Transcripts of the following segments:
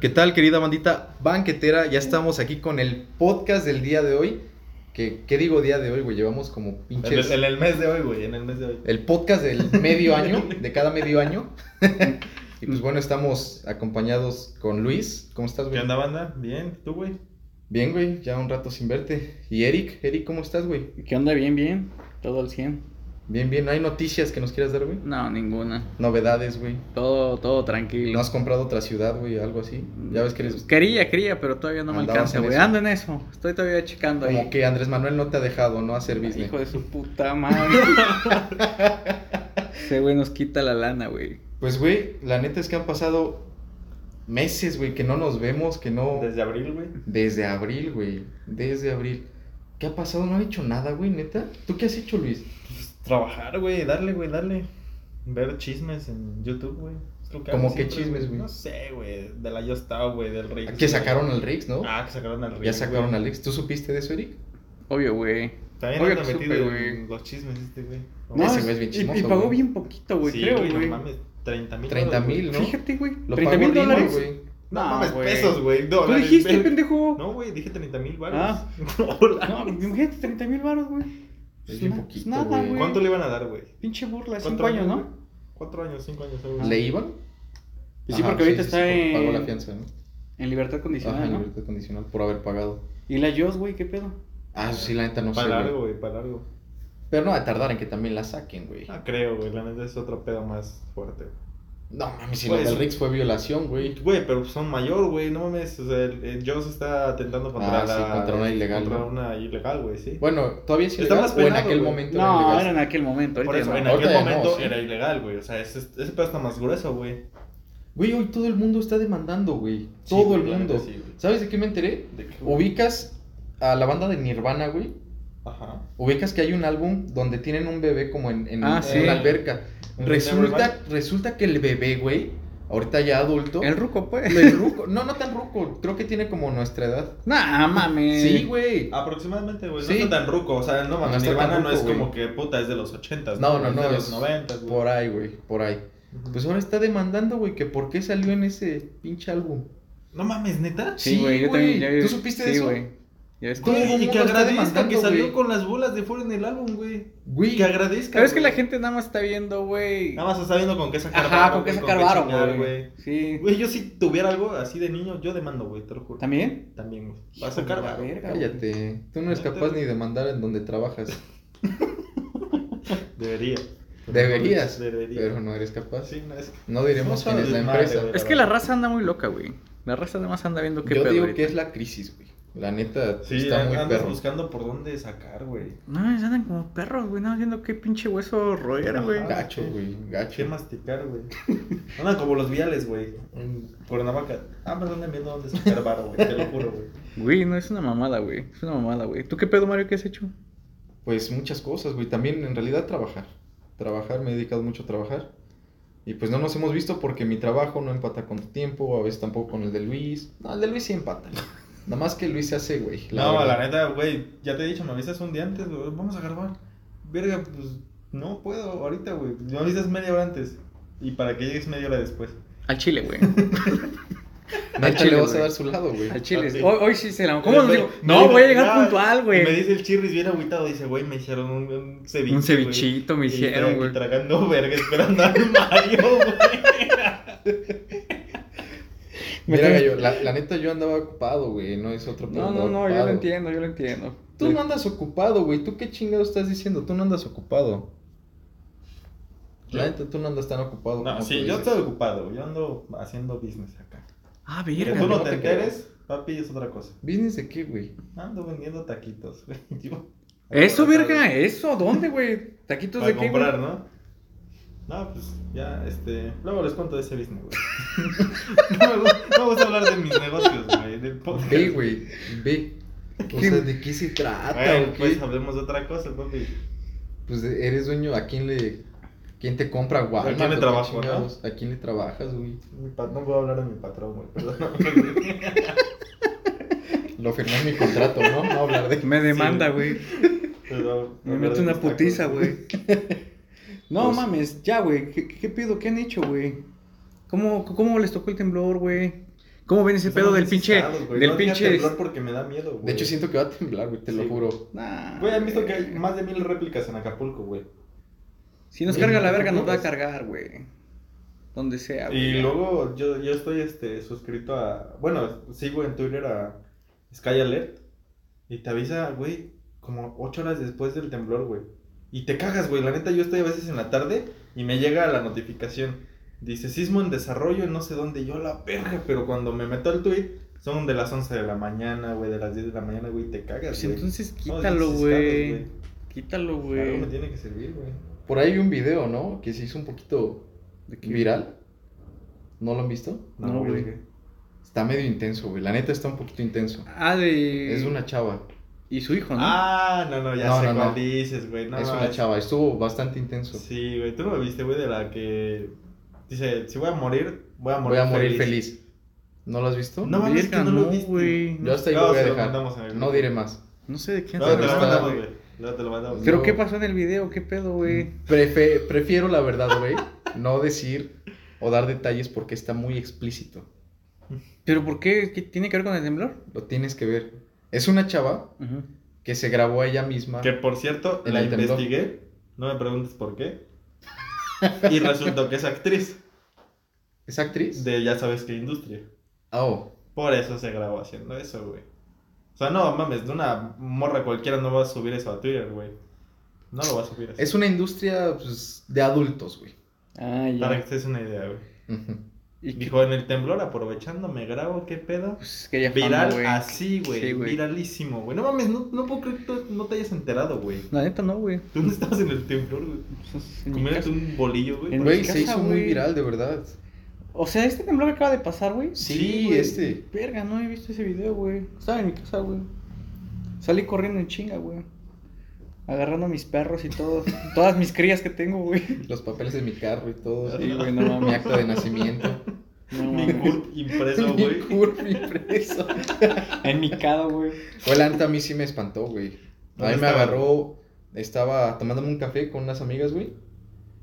¿Qué tal, querida bandita banquetera? Ya estamos aquí con el podcast del día de hoy. ¿Qué, qué digo día de hoy, güey? Llevamos como En el, pinches... en el mes de hoy, güey, en el mes de hoy. El podcast del medio año, de cada medio año. y pues bueno, estamos acompañados con Luis. ¿Cómo estás, ¿Qué güey? onda, banda? Bien, ¿tú, güey? Bien, güey, ya un rato sin verte. ¿Y Eric? Eric, ¿cómo estás, güey? ¿Qué onda? Bien, bien. Todo al 100. Bien, bien. ¿No hay noticias que nos quieras dar, güey? No, ninguna. Novedades, güey. Todo, todo tranquilo. ¿No has comprado otra ciudad, güey? Algo así. Ya ves que eres... Quería, quería, pero todavía no me Andabas alcanza, en güey. eso. Ando en eso. Estoy todavía checando Como ahí. que Andrés Manuel no te ha dejado, ¿no? Hacer business. Hijo de su puta madre. Ese güey nos quita la lana, güey. Pues, güey, la neta es que han pasado meses, güey, que no nos vemos, que no... Desde, Desde abril, güey. abril, güey, desde abril. ¿Qué ha pasado? ¿No han hecho nada, güey, neta? ¿Tú qué has hecho, Luis? Pues, trabajar, güey, darle, güey, darle. Ver chismes en YouTube, güey. Es lo ¿Cómo hago qué siempre, chismes, güey? No sé, güey, de la Yo Estaba, güey, del Rix. Que güey. sacaron al Rix, ¿no? Ah, que sacaron al Rix. ya sacaron güey. al Rix. ¿Tú supiste de eso, Eric? Obvio, güey. También Obvio anda que metido supe, en güey. los chismes este, güey. No, ese es- güey es bien y- chismoso, Y, pagó güey. bien poquito, güey, sí, creo, güey, güey. no mames, 30 mil. 30 mil, ¿no? Fíjate, güey. Lo 30 mil pagó Rimo, dólares. güey. No, No, mames, güey. pesos, güey. Tú dólares, dijiste, güey. pendejo. No, güey, dije 30 mil baros. Ah. No, imagínate 30 mil baros, güey. Es bien Pues na- poquito, nada, güey. güey. ¿Cuánto le iban a dar, güey? Pinche burla, ¿Cuatro 5 años, güey? ¿no? Cuatro años, cinco años. algo así. ¿Le iban? Y sí, Ajá, porque ahorita sí, está sí, Pagó en, la fianza, ¿no? en libertad condicional, Ajá, en ¿no? libertad condicional por haber pagado. Y la Joss, güey, ¿qué pedo? Ah, eso sí, la neta no sé, para largo, güey. güey, para largo. Pero no va a tardar en que también la saquen, güey. Ah, creo, güey, la neta es otro pedo más fuerte. No, mames, si Pues- lo del Rix fue violación, güey. Güey, pero son mayor, güey, no mames. O sea, el, el Joss está atentando contra Ah, sí, la. contra una ilegal, Contra ¿no? una ilegal, güey, sí. Bueno, todavía es Está ilegal, más o en penado, aquel güey. momento era No, ilegal. era en aquel momento, Por ahorita eso, ya en no. Ahorita ya aquel no, momento sí. era ilegal, güey. O sea, ese, ese pedo está más grueso, güey. Güey, hoy todo el mundo está demandando, güey. Sí, Todo güey, el la mundo. neta sí, güey. ¿Sabes de qué me enteré? ¿De qué, güey? Ubicas a la banda de Nirvana, güey. Ajá. Ubicas que hay un álbum donde tienen un bebé como en, en- Ah, en sí. una alberca. En Resulta, Nevermind. resulta que el bebé, güey, ahorita ya adulto. El ruco, pues. el ruco- no, no tan ruco. Creo que tiene como nuestra edad. Nah, ah, mames. Sí, güey. Aproximadamente, güey. Sí. No está tan ruco. O sea, no No mames, está tan Nirvana no ruco, es como güey. que puta, es de los 80, No, no, Es no, de los es 90, güey. Por ahí, güey. Por ahí. Ujú. Pues ahora está demandando, güey, que por qué salió en ese pinche álbum. No mames, neta. Sí, güey, Sí, yo también. güey. ya- ¿Tú supiste de sí, eso? güey. Ya ves que- Todo el Güey, y mundo que está agradezca demandando, que salió güey. con las bolas de fuera en el álbum, güey. Güey. Que agradezca. Pero es que güey. la gente nada más está viendo, güey. Nada más está viendo con qué sacar Ajá, varo, con qué güey, sacar varo, chingar, güey. Sí. Güey, yo si tuviera algo así de niño, yo demando, güey, te lo juro. ¿También? También, güey. Va a sacar Hijo de la varo. verga, güey. Cállate. Tú no eres Neta, capaz güey. ni de mandar en donde trabajas. Debería. Deberías. Debería. Pero no eres capaz. Ah, Sí, no, es que- No diremos quién Somos es la padres, madre, empresa. güey. Es que la raza anda muy loca, güey. La raza nada más anda viendo qué Yo pedo. digo ahorita. que es la crisis, güey. La neta Sí, está an- muy andas perro. buscando por dónde sacar, güey. No, mames, andan como perros, güey. Nada más viendo qué pinche hueso roer, güey. Ajá. Gacho, güey. Qué Gacho. masticar, güey. Andan como los viales, güey. En Cuernavaca. Ah, me andan viendo dónde sacar varo, güey. Te lo juro, güey. Güey, no, es una mamada, güey. Es una mamada, güey. ¿Tú qué pedo, Mario, qué has hecho? Pues muchas cosas, güey. También en realidad trabajar. Trabajar, me he dedicado mucho a trabajar. Y pues no nos hemos visto porque mi trabajo no empata con tu tiempo, a veces tampoco con el de Luis. No, el de Luis sí empata. Nada más que Luis se hace, güey. no, verdad. la neta, güey. Ya te he dicho, me avisas un día antes, güey. Vamos a grabar. Verga, pues no puedo ahorita, güey. Me avisas media hora antes. Y para que llegues media hora después. Al chile, güey. Neta, Al chile, le vas a güey. dar su lado, güey. Al Ah, sí. chile. Hoy, hoy sí se la. ¿Cómo Me- nos digo? me- me No, voy a ya, llegar puntual, y Me güey. dice el chirris bien agüitado. Dice, güey, me hicieron un, un ceviche. Un cevichito me güey. Y estoy hicieron, aquí güey. Tragando verga, esperando al Mario, güey. Mira, gallo, la, la neta yo andaba ocupado, güey. No es otro No, andaba no, no, yo ocupado. lo entiendo, yo lo entiendo. Tú no andas ocupado, güey. ¿Tú qué chingado estás diciendo? Tú no andas ocupado. La Yo- neta, tú no andas tan ocupado. No, como tú sí, dices. yo estoy ocupado. Yo ando haciendo business acá. Ah, Que verga. tú no no te te enteres, papi, es otra cosa. ¿Business de qué, güey? Ando vendiendo taquitos, güey. yo. Eso, Para- verga, eso. ¿Dónde, güey? ¿Taquitos Para de qué, güey? comprar, ¿no? No, pues ya, este. Luego les cuento de ese business, güey. no, me gusta- no me gusta hablar de mis negocios, güey. Del podcast. Ve, güey. Ve. O ¿Qué? sea, ¿de qué se trata? Bueno, o qué? pues hablemos de otra cosa, papi. Pues eres dueño. ¿A quién le.? ¿Quién te compra, güey? quién le trabajo, no? ¿A quién le trabajas, güey? Mi pa- No puedo hablar de mi patrón, güey. Perdón. Lo firmé en mi contrato, ¿no? No hablar de. Me demanda, Sí, güey. Pero- Me hablar mete de una mis tacos, putiza, güey. No Pues- mames, ya, güey. ¿Qué, ¿Qué pedo? ¿Qué han hecho, güey? ¿Cómo, ¿Cómo les tocó el temblor, güey? ¿Cómo ven ese Estamos pedo bien del pinche. asustados, Pues güey. Del No digas pinche. temblor porque me da miedo, güey. De hecho, siento que va a temblar, güey, te lo Sí. juro. Nah, Güey, han visto que hay más de mil réplicas en Acapulco, güey. Si nos Sí, carga no la te verga, nos va a preocupes. cargar, güey. Donde sea, güey. Y luego yo, yo estoy este, suscrito a. Bueno, sigo en Twitter a Sky Alert. Y te avisa, güey, como ocho horas después del temblor, güey. Y te cagas, güey. La neta, yo estoy a veces en la tarde y me llega la notificación. Dice sismo en desarrollo en no sé dónde. Yo la verga, pero cuando me meto al tweet, son de las 11 de la mañana, güey, de las 10 de la mañana, güey. Te cagas, Pues güey. entonces No, quítalo, dices, güey. "Escalas, Quítalo, güey. Algo güey. me tiene que servir, güey. Por ahí vi un video, ¿no? Que se hizo un poquito ¿De qué? viral. ¿No lo han visto? No, güey. ¿qué? Está medio intenso, güey. La neta está un poquito intenso. Ah, de. Es una chava. Y su hijo, ¿no? Ah, no, no, ya No, sé no, cuál no. dices, güey. No, es una chava. Estuvo bastante intenso. Sí, güey, tú lo viste, güey, de la que dice, si voy a morir, voy a morir Voy a morir feliz. ¿No lo has visto? No mames, Verga, que no lo no, viste. güey. Yo hasta ahí No, lo voy a se lo dejar. mandamos en el No grupo. diré más. No sé de qué No, Pero te andan lo está- mandamos, hablando, güey. No, te lo mandamos. Pero No. qué pasó en el video, qué pedo, Mm. güey. Prefe- prefiero, la verdad, güey, no decir o dar detalles porque está muy explícito. ¿Pero por qué? ¿Qué tiene que ver con el temblor? Lo tienes que ver. Es una chava que se grabó a ella misma. Que por cierto, En la el temblor. investigué, no me preguntes por qué. Y resultó que es actriz ¿Es actriz? de ya sabes qué industria. Ah, Oh, Por eso se grabó haciendo eso, güey. O sea, no mames, de una morra cualquiera no va a subir eso a Twitter, güey. No lo va a subir así. es una industria pues, de adultos, güey. Ah, Para que ya. te des una idea, güey. Ujú. Y que, Dijo, en el temblor, aprovechando, me grabo, ¿qué pedo? pues, que ya fama, Viral güey. así, güey. Sí, güey. Viralísimo, güey. No mames, no, no puedo creer que tú no te hayas enterado, güey. La neta no, güey. Tú no estabas en el temblor, güey. Pues, en mi Comiéndote casa- un bolillo, güey. En- Güey, mi se casa, hizo muy güey. viral, de verdad. O sea, este temblor que acaba de pasar, güey. Sí, güey. este. Verga, no he visto ese video, güey. Estaba en mi casa, güey. Salí corriendo en chinga, güey. Agarrando a mis perros y todo. todas mis crías que tengo, güey. Los papeles de mi carro y todo. Sí, güey, no Mi mames. acta de nacimiento. No Mi mames. Kurt impreso, mi güey. cur- mi preso. En mi cado, güey. Güey, la neta a mí sí me espantó, güey. A ¿Dónde mí me estaba? agarró. Estaba tomándome un café con unas amigas, güey.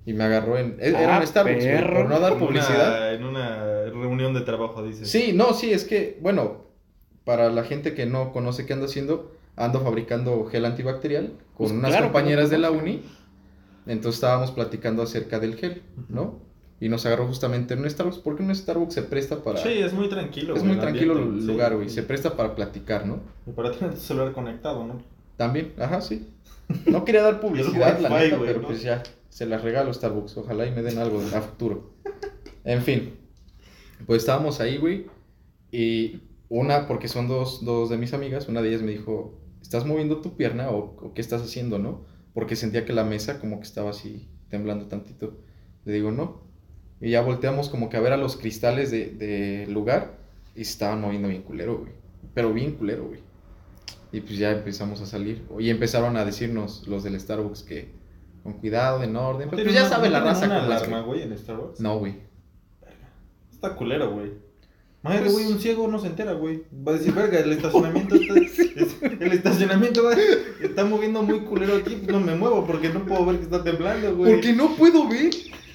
Y me agarró en. e- Era Ah, un Starbucks, güey, perro. Por no dar En una- publicidad. En una reunión de trabajo, dice. Sí, no, sí, es que, bueno, para la gente que no conoce qué ando haciendo, ando fabricando gel antibacterial con Pues unas claro que compañeras no de la conoce. uni. Entonces estábamos platicando acerca del gel, ¿no? Y nos agarró justamente en un Starbucks, porque un Starbucks se presta para. Sí, es muy tranquilo, es güey, muy el tranquilo ambiente, el sí. lugar, güey. Se presta para platicar, ¿no? Y para tener tu celular conectado, ¿no? También, ajá, sí. No quería dar publicidad, la Wi-Fi, neta, güey, pero ¿no? pues ya, se las regalo Starbucks. Ojalá y me den algo a futuro. En fin, pues estábamos ahí, güey. Y una, porque son dos, dos de mis amigas, una de ellas me dijo, ¿estás moviendo tu pierna o, o qué estás haciendo, no? Porque sentía que la mesa como que estaba así, temblando tantito. Le digo, no. Y ya volteamos como que a ver a los cristales del de lugar y se estaban moviendo bien culero, güey. Pero bien culero, güey. Y pues ya empezamos a salir. Y empezaron a decirnos los del Starbucks que con cuidado, en orden. Pero pues ya ¿No sabe la tienen raza una con las alarma, que- güey, en Starbucks? No, güey. Está culero, güey. Pues- Imagínate, güey, un ciego no se entera, güey. Va a decir, verga, el estacionamiento está, es- el estacionamiento va, está moviendo muy culero aquí. No me muevo porque no puedo ver que está temblando, güey. Porque no puedo ver.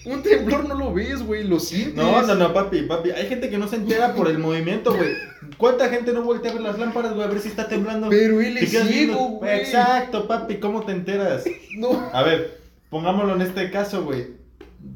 Un temblor no lo ves, güey. Lo sientes. No, no, no, papi, papi. Hay gente que no se entera por el movimiento, güey. ¿Cuánta gente no voltea a ver las lámparas, güey? A ver si está temblando. Pero él Te es quedas viendo. ciego, güey. Exacto, papi, ¿cómo te enteras? No. A ver, pongámoslo en este caso, güey.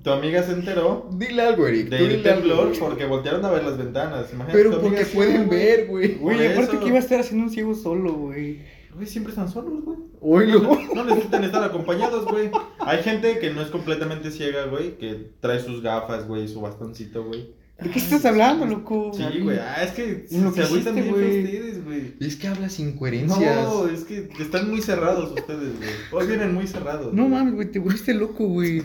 Tu amiga se enteró Dile algo, Eric. tú del dile algo, temblor güey. porque voltearon a ver las ventanas. Imagínate, tu Pero amiga porque ciega, pueden güey. ver, güey. Por Güey, aparte eso. que iba a estar haciendo un ciego solo, güey. Güey, siempre están solos, güey. Oílo. No necesitan estar acompañados, güey. Hay gente que no es completamente ciega, güey, que trae sus gafas, güey, su bastoncito, güey. ¿De qué estás hablando, loco? Sí, güey. Ah, es que Y lo se que agüitan hiciste, bien güey. ustedes, güey. Es que hablas incoherencias. No, es que están muy cerrados ustedes, güey. Hoy vienen muy cerrados. No güey. mames, güey, te volviste loco, güey.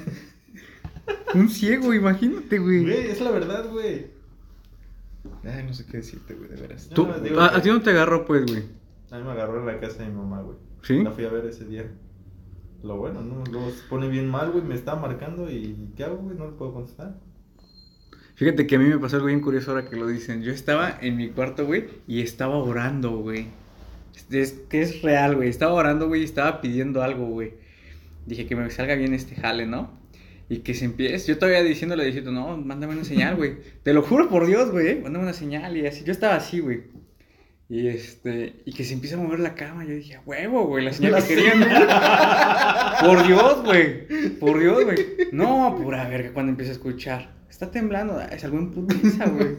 Un ciego, imagínate, güey. Güey, es la verdad, güey. Ay, no sé qué decirte, güey, de veras. Yo Tú, Ah, no digo a, que- a ti no te agarró, pues, güey. A mí me agarró en la casa de mi mamá, güey. ¿Sí? La fui a ver ese día. Lo bueno, ¿no? Luego se pone bien mal, güey. Me está marcando y ¿qué hago, güey? No le puedo contestar. Fíjate que a mí me pasó algo bien curioso ahora que lo dicen. Yo estaba en mi cuarto, güey, y estaba orando, güey. Este es, que es real, güey. Estaba orando, güey, y estaba pidiendo algo, güey. Dije que me salga bien este jale, ¿no? Y que se empiece. Yo todavía diciéndole, diciendo, no, mándame una señal, güey. Te lo juro por Dios, güey, eh, mándame una señal. Y así, yo estaba así, güey. Y este, y que se empieza a mover la cama. Yo dije, "A huevo, güey, la señal que querían. ¿no?". por Dios, güey. Por Dios, güey. No, pura verga, cuando empieza a escuchar. Está temblando, ah, es algo en putiza, güey.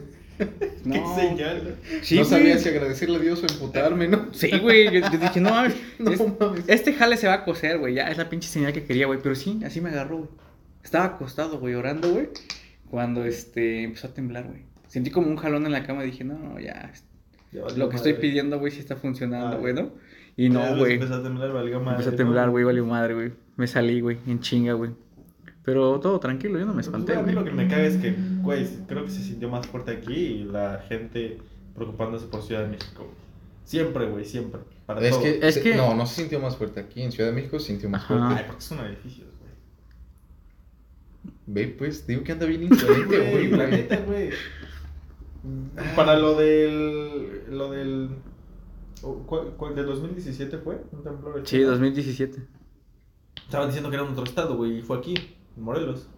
No. ¿Qué señal? Sí, no güey. sabía si agradecerle a Dios o emputarme, ¿no? Sí, güey, yo, yo dije, no mames, No es- mames. este jale se va a coser, güey, ya es la pinche señal que quería, güey, pero sí, así me agarró, güey. Estaba acostado, güey, orando, güey, cuando, este, empezó a temblar, güey. Sentí como un jalón en la cama y dije, no, ya, Ya valió lo que estoy madre. pidiendo, güey, sí está funcionando, Ah. güey, ¿no? Y Ya no, ves, güey, Empezó a temblar, valió madre. empezó a ¿no? temblar, güey, valió madre, güey, me salí, güey, en chinga, güey. Pero todo tranquilo, yo no me Pues, espanté, güey, A mí lo que güey. me caga es que, güey, creo que se sintió más fuerte aquí y la gente preocupándose por Ciudad de México. Siempre, güey, siempre. Para Es todo. que, Es que- No, no se sintió más fuerte aquí. En Ciudad de México se sintió más Ajá. fuerte. Ay, porque son edificios, güey. Ve, pues, digo que anda bien Sí, insolente, güey, güey, la güey. neta, güey. Para lo del. Lo del. o- ¿Cuál, cuál- de 2017 fue? ¿Un temblor? Sí, 2017. Estaban diciendo que era en otro estado, güey, y fue aquí, en Morelos.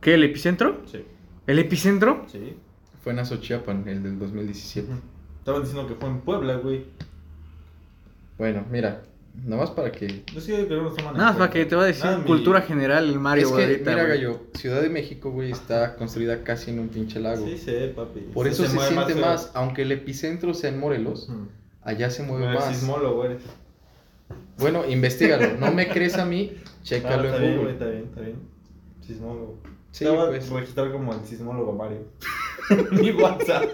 ¿Qué, el epicentro? Sí, ¿El epicentro? sí. Fue en Azochiapan, el del 2017. Estaban diciendo que fue en Puebla, güey. Bueno, mira, nada más para que. No sé, que no nos toman en Nada, más para cuenta. que te va a decir Nada, mi- cultura general el Mario, es que, güey, ahorita, mira, güey. Gallo, Ciudad de México, güey, está construida casi en un pinche lago. Sí, sí, papi. Por eso se, mueve siente feo. más, aunque el epicentro sea en Morelos, Ujú. allá se mueve Bueno, más. sismólogo eres. Bueno, investigalo. No me crees a mí, Ah, chécalo está en bien, güey, Google. está bien, está bien. Sismólogo. Sí, Te voy a pues. registrar como el sismólogo Mario. Mi WhatsApp.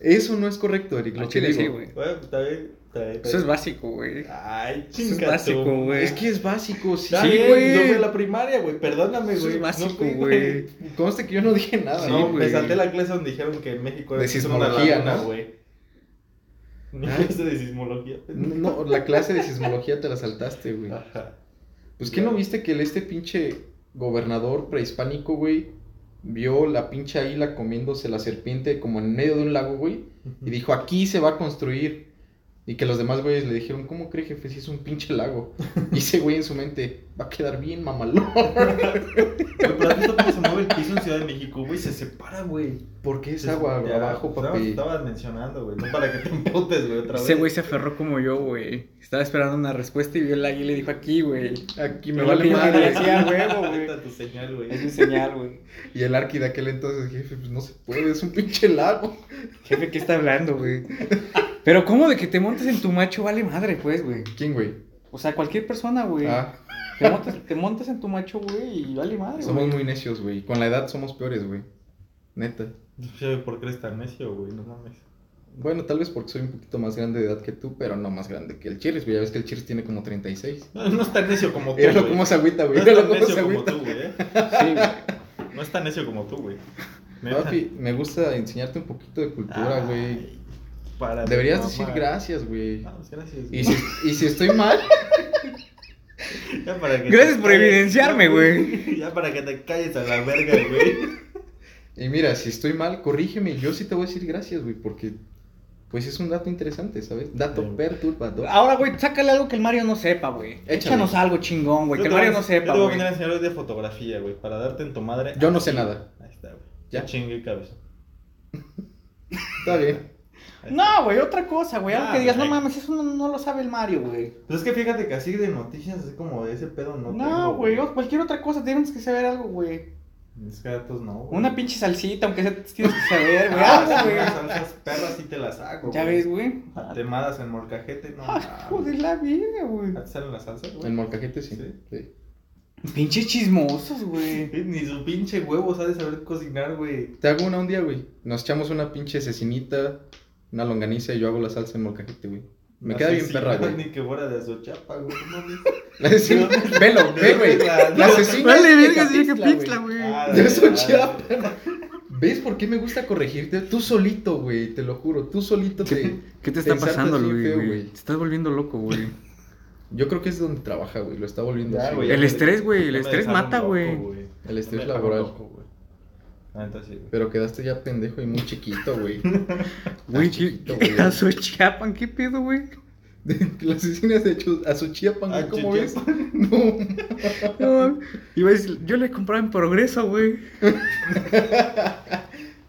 Eso no es correcto, Eric. Al Lo que chile digo. Ah, sí, güey. Bueno, está bien, está bien. está Eso es bien. básico, güey. Ay, Eso es chinga básico, tú. güey. es que es básico, sí. Está Sí, bien, güey. Yo fui a la primaria, güey. Perdóname, Eso güey. es básico, fui, güey. Conste que yo no dije nada. Sí, no, ¿no? me güey. salté la clase donde dijeron que México De es sismología, una laguna, ¿no? güey. Mi Ah. clase de sismología. No, la clase de sismología te la saltaste, güey. Ajá. Pues que no viste que el- este pinche gobernador prehispánico, güey, vio la pinche águila comiéndose la serpiente como en medio de un lago, güey, y dijo, aquí se va a construir. Y que los demás güeyes le dijeron, ¿cómo cree jefe si es un pinche lago? Y ese güey en su mente, va a quedar bien mamalón. Güey, Pero has visto cómo se mueve el piso en Ciudad de México, güey. Se separa, güey. Porque es Se- agua ya, abajo, estabas- papi. Estabas mencionando, güey. No para que te emputes, güey, otra vez. Ese güey se aferró como yo, güey. Estaba esperando una respuesta y vio el águila y dijo aquí, güey. Aquí me Igual que vale yo madre. quería. decía, huevo, güey. Ahorita tu señal, güey. Es mi señal, güey. Y el arqui de aquel entonces, jefe, pues no se puede, es un pinche lago. Jefe, ¿qué está hablando, güey? Pero ¿cómo de que te montes en tu macho vale madre, pues, güey? ¿Quién, güey? O sea, cualquier persona, güey. Ah, Te, montas, te montas en tu macho, güey, y vale madre, somos güey. muy necios, güey. Con la edad somos peores, güey. Neta. Sí, güey, ¿Por qué eres tan necio, güey? No mames. Bueno, tal vez porque soy un poquito más grande de edad que tú, pero no más grande que el Chiris, güey. Ya ves que el Chiris tiene como 36. No, no es tan necio como tú, güey. Míralo cómo se agüita, No güey. es Míralo tan cómo se necio como agüita. tú, güey. eh. Sí, güey. No es tan necio como tú, güey. Neta. Papi, me gusta enseñarte un poquito de cultura, Ay, güey. para de Deberías mamar. decir gracias, güey. No, pues gracias. Y güey. si, y si estoy mal, Ya para que Gracias te por calles. evidenciarme, güey. Ya para que te calles a la verga, güey. y mira, si estoy mal, corrígeme. Yo sí te voy a decir gracias, güey, porque pues es un dato interesante, ¿sabes? Dato Sí. perturbador. Ahora, güey, sácale algo que el Mario no sepa, güey. Échale. Échanos algo chingón, güey, Yo que te voy el a- Mario no Yo sepa, te voy a güey. poner a enseñar hoy de fotografía, güey, para darte en tu madre. Yo no sé nada. Ahí está, güey. Ya. Ya chingue cabeza. Está bien. Ahí está. No, güey, otra cosa, güey. Algo Ah, que digas, no güey. mames, eso no, no lo sabe el Mario, güey. Pues es que fíjate que así de noticias, así como de ese pedo, no. No, tengo, güey, o cualquier otra cosa, tienes que saber algo, güey. Es que datos no. güey. Una pinche salsita, aunque sea, tienes que saber, güey. Ah, Algo, sí, güey. unas salsas perras sí te las hago. Ya ves, güey. Temadas en molcajete, no. Ay, mames. joder, la vida, güey. ¿Ya te salen las salsas, güey? En molcajete sí. Sí. sí. Pinches chismosos, güey. Ni su pinche huevo sabe saber cocinar, güey. Te hago una un día, güey. Nos echamos una pinche cecinita, una longaniza y yo hago la salsa en molcajete, güey. Me queda bien Asesino, perra, güey. Ni que fuera de Azochapa, güey. no mames. La asesina. Velo, ve, güey. La asesina. es de Catitla, güey. Ah, De güey, ah, Xochapa. ¿Ves por qué me gusta corregirte? Tú solito, güey, te lo juro. Tú solito te. ¿Qué te está Pensarte pasando, así Luis, feo, güey? Ah, güey. Te estás volviendo loco, güey. Yo creo que es donde trabaja, güey. Lo está volviendo Ya, así. güey, güey. El ya estrés, me- güey, el ya me estrés dejaron mata, loco, güey. El Ya me estrés dejaron Este laboral. loco, güey. La neta sí, güey. Pero quedaste ya pendejo y muy chiquito, güey. Güey, chiquito, ¿qué güey. caso Chiapan? ¿Qué pedo, güey? de las asesinas de Chu- Azuchiapan, güey, Ah, ¿cómo ves? Chichiapan. No. No, y ves, yo le compraba en progreso, güey.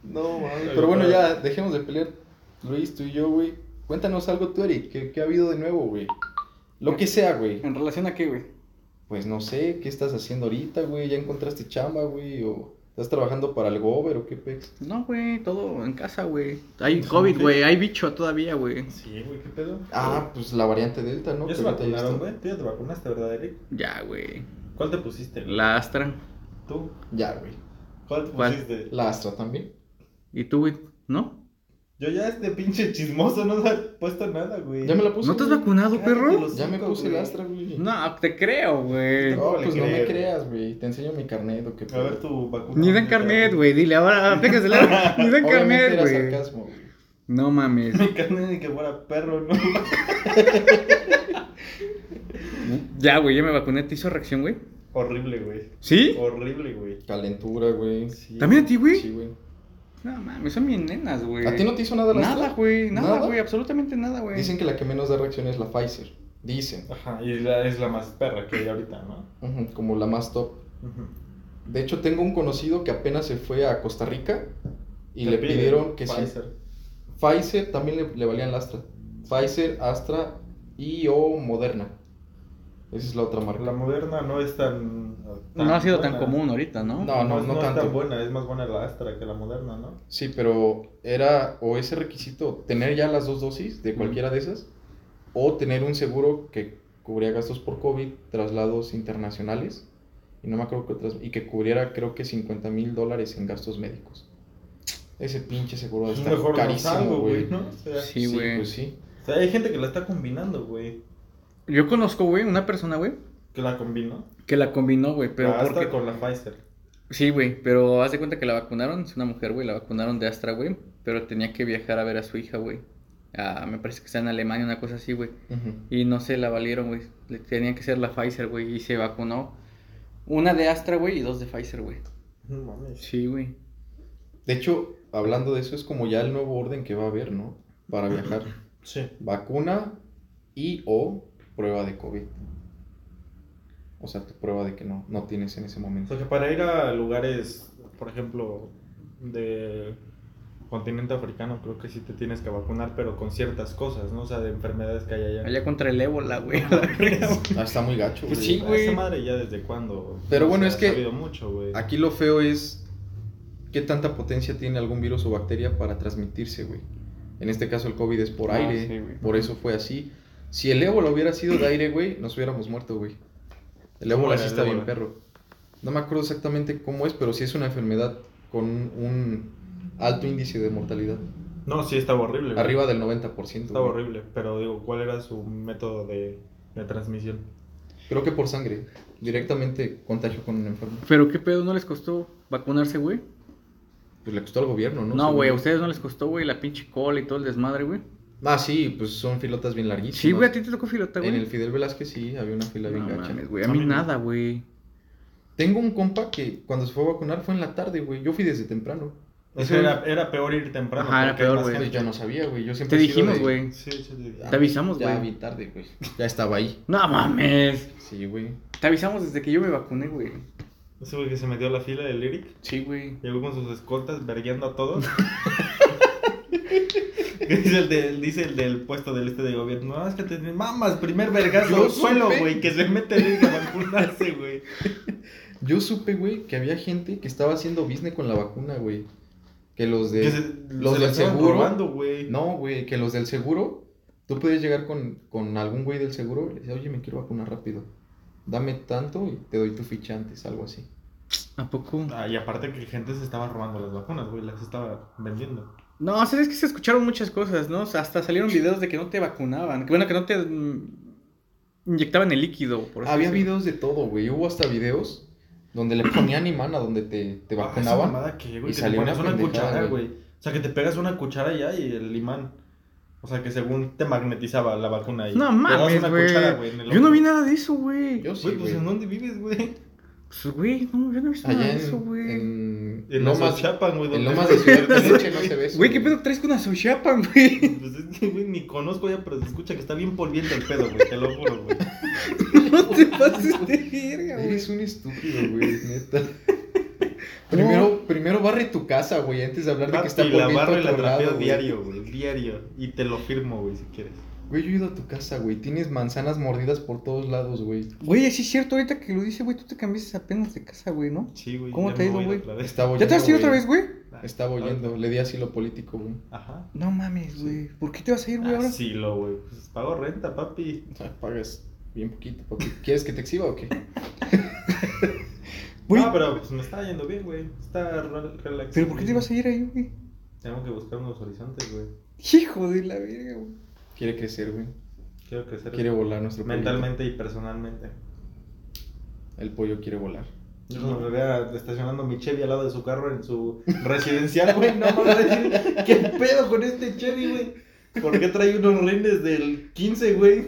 No, mames. Pero bueno, ya, dejemos de pelear. Luis, tú y yo, güey. Cuéntanos algo tú, Eric. ¿Qué, qué ha habido de nuevo, güey? Lo que sea, güey. ¿En relación a qué, güey? Pues no sé, ¿qué estás haciendo ahorita, güey? ¿Ya encontraste chamba, güey? ¿O estás trabajando para el Gover o qué pex? No, güey, todo en casa, güey. Hay COVID, güey, hay bicho todavía, güey. Sí, güey, ¿qué pedo? Ah, pues la variante Delta, ¿no? ¿Ya Que se ahorita ya vacunaron, está- güey? ¿Tú ya te vacunaste, verdad, Eric? Ya, güey. ¿Cuál te pusiste? güey? La Astra. ¿Tú? Ya, güey. ¿Cuál te ¿Cuál? pusiste? La Astra también. ¿Y tú, güey? ¿No? Yo ya este pinche chismoso no se ha puesto nada, güey. Ya me la puse. ¿No te has güey. vacunado, Cállate perro? los Ya me cinco, puse güey. la Astra, güey. No, te creo, güey. No, No le pues no me creo. creas, güey. Te enseño mi carnet o qué A ver tu vacuna. Ni dan carnet, güey. Dile, ahora aplícasela. Ni dan Obviamente carnet, era güey. sarcasmo, güey. No mames. Mi carnet ni que fuera perro, ¿no? Ya, güey, ya me vacuné. ¿Te hizo reacción, güey? Horrible, güey. ¿Sí? Horrible, güey. Calentura, güey. Sí. ¿También a ti, Oh, Sí, güey? güey. No mames, son bien nenas, güey. ¿A ti no te hizo nada la Nada, Astra? güey. Nada, ¿Nada? güey. Absolutamente nada, güey. Dicen que la que menos da reacción es la Pfizer. Dicen. Ajá, y la- es la más perra que hay ahorita, ¿no? Ujú, Como la más top. De hecho, tengo un conocido que apenas se fue a Costa Rica y Te le piden pidieron que sí. Pfizer. Pfizer también le, le valían la Astra. Pfizer, Astra y o Moderna. Esa es la otra marca. La moderna no es tan. tan No ha sido tan buena. común ahorita, ¿no? Ah. No. es- es tanto. tan buena, es más buena la Astra que la moderna, ¿no? Sí, pero era o ese requisito, tener ya las dos dosis de cualquiera de esas, o tener un seguro que cubría gastos por COVID, traslados internacionales, y no me acuerdo que otras, y que cubriera creo que 50 mil dólares en gastos médicos. Ese pinche seguro Es está mejor carísimo, algo, güey. ¿no? O sea, Sí. güey. pues sí. o sea, hay gente que la está combinando, güey. Yo conozco, güey, una persona, güey, Que la combinó. que la combinó, güey, pero Ah, la Astra porque... con la Pfizer. Sí, güey, pero haz de cuenta que la vacunaron, es una mujer, güey, la vacunaron de Astra, güey, pero tenía que viajar a ver a su hija, güey. Ah, me parece que está en Alemania, una cosa así, güey. Ujú. Y no se la valieron, güey. Le tenía que ser la Pfizer, güey, y se vacunó. Una de Astra, güey, y dos de Pfizer, güey. No mames. Sí, güey. De hecho, hablando de eso, es como ya el nuevo orden que va a haber, ¿no? Para viajar. Sí. Vacuna y o prueba de COVID. O sea, tu prueba de que no, no tienes en ese O sea, momento. que para ir a lugares, por ejemplo, del continente africano, creo que sí te tienes que vacunar, pero con ciertas cosas, ¿no? O sea, de enfermedades que hay allá. Allá contra el ébola, güey. a la verga, güey. Ah, está muy gacho, Pues güey. sí, Ah, güey. Esa madre ya desde cuándo. Pero No bueno, se es ha que- sabido mucho, güey. Aquí lo feo es qué tanta potencia tiene algún virus o bacteria para transmitirse, güey. En este caso el COVID es por Ah, aire, sí, güey. por eso fue así. Si el ébola hubiera sido de aire, güey, nos hubiéramos muerto, güey. El ¿Cómo ébola era sí el está bien ébola? perro. No me acuerdo exactamente cómo es, pero sí es una enfermedad con un alto índice de mortalidad. No, sí, estaba horrible. güey. Arriba del 90%. Estaba güey. horrible, pero digo, ¿cuál era su método de, de transmisión? Creo que por sangre. Directamente contagio con un enfermo. Pero qué pedo, ¿no les costó vacunarse, güey? Pues le costó al gobierno, ¿no? No, güey, a Según- ustedes no les costó, güey, la pinche cola y todo el desmadre, güey. Ah, sí, pues son filotas bien larguísimas. Sí, güey, a ti te tocó filota, güey. En el Fidel Velázquez sí, había una fila bien No gacha. mames, güey, a A mí mí no. nada, güey. Tengo un compa que cuando se fue a vacunar fue en la tarde, güey. Yo fui desde temprano. Eso Eso- era, era peor ir temprano. Ajá, era porque hay peor, más güey. Pues gente. yo no sabía, güey. Yo Te siempre he sido dijimos, de- güey. Sí, sí, sí. Ah, Te avisamos, Ya güey. vi tarde, güey. Ya estaba ahí. No mames. Sí, güey. Te avisamos desde que yo me vacuné, güey. Ese güey que se metió a la fila del Lyric. Sí, güey. Llegó con sus escoltas vergueando a todos. dice, el del- dice el del puesto del este de gobierno. No, es que te mamas, primer vergazo Yo al suelo, supe. güey, que se mete el Lyric a vacunarse, güey. Yo supe, güey, que había gente que estaba haciendo business con la vacuna, güey. Que los de... Que se- Eh, los se del la estaban seguro. robando, güey. No, güey, que los del seguro, tú puedes llegar con, con algún güey del seguro y le dices, oye, me quiero vacunar rápido. Dame tanto y te doy tu ficha antes, algo así. ¿A poco? Ah, y aparte que gente se estaba robando las vacunas, güey, las estaba vendiendo. No, o sea, es que se escucharon muchas cosas, ¿no? O sea, hasta salieron videos de que no te vacunaban. Que Bueno, que no te mm, inyectaban el líquido, por así Había decirlo. videos de todo, güey. Hubo hasta videos donde le ponían imán a donde te, te Ah, esa vacunaban. mamada que, güey, y que te salió una pones una pendejada, cuchara, güey. güey. O sea, que te pegas una cuchara ya y el imán. O sea, que según te magnetizaba la vacuna ahí. No mames, güey. Yo no vi nada de eso, güey. Yo sí, Güey, pues güey. ¿en dónde vives, güey? Pues, güey, no, yo no he visto nada Allá de eso, en, güey. en en, En lomas, Azochapan, güey. en donde- lomas de Ciudad de Leche no se ve eso. Güey, ¿qué pedo traes con Azochapan, güey? Pues es que, güey, ni conozco ya, pero se escucha que está bien polviente el pedo, güey. Te lo juro, güey. No te pases de verga, güey. Eres un estúpido, güey, neta. primero, primero barre tu casa, güey, antes de hablar de que está Ah, Y la polviento barro y la otro lado, trapeo güey. diario, güey. Diario. Y te lo firmo, güey, si quieres. Güey, yo he ido a tu casa, güey. Tienes manzanas mordidas por todos lados, güey. Güey, sí es cierto, ahorita que lo dice, güey, tú te cambiaste apenas de casa, güey, ¿no? Sí, güey. ¿Cómo ya te me ha ido, voy güey? otra vez. Estaba ¿Ya te has ido oyendo, otra vez, güey? Estaba oyendo, le di asilo político, güey. Ajá. No mames, güey. ¿Por qué te vas a ir, güey, Ah, ahora? Asilo, güey. Pues pago renta, papi. O sea, pagas bien poquito, papi. ¿Quieres que te exhiba o qué? Güey, Ah, No, pero pues me está yendo bien, güey. Está re- relax. ¿Pero por qué te vas a ir ahí, güey? Tengo que buscar unos horizontes, güey. Hijo de la verga, güey. Quiere crecer, güey. Quiero crecer Quiere volar nuestro pollo. mentalmente y personalmente. El pollo quiere volar. Yo cuando me vea estacionando mi Chevy al lado de su carro en su residencial, güey, no me va a decir, ¿qué pedo con este Chevy, güey? ¿Por qué trae unos rines del 15, güey?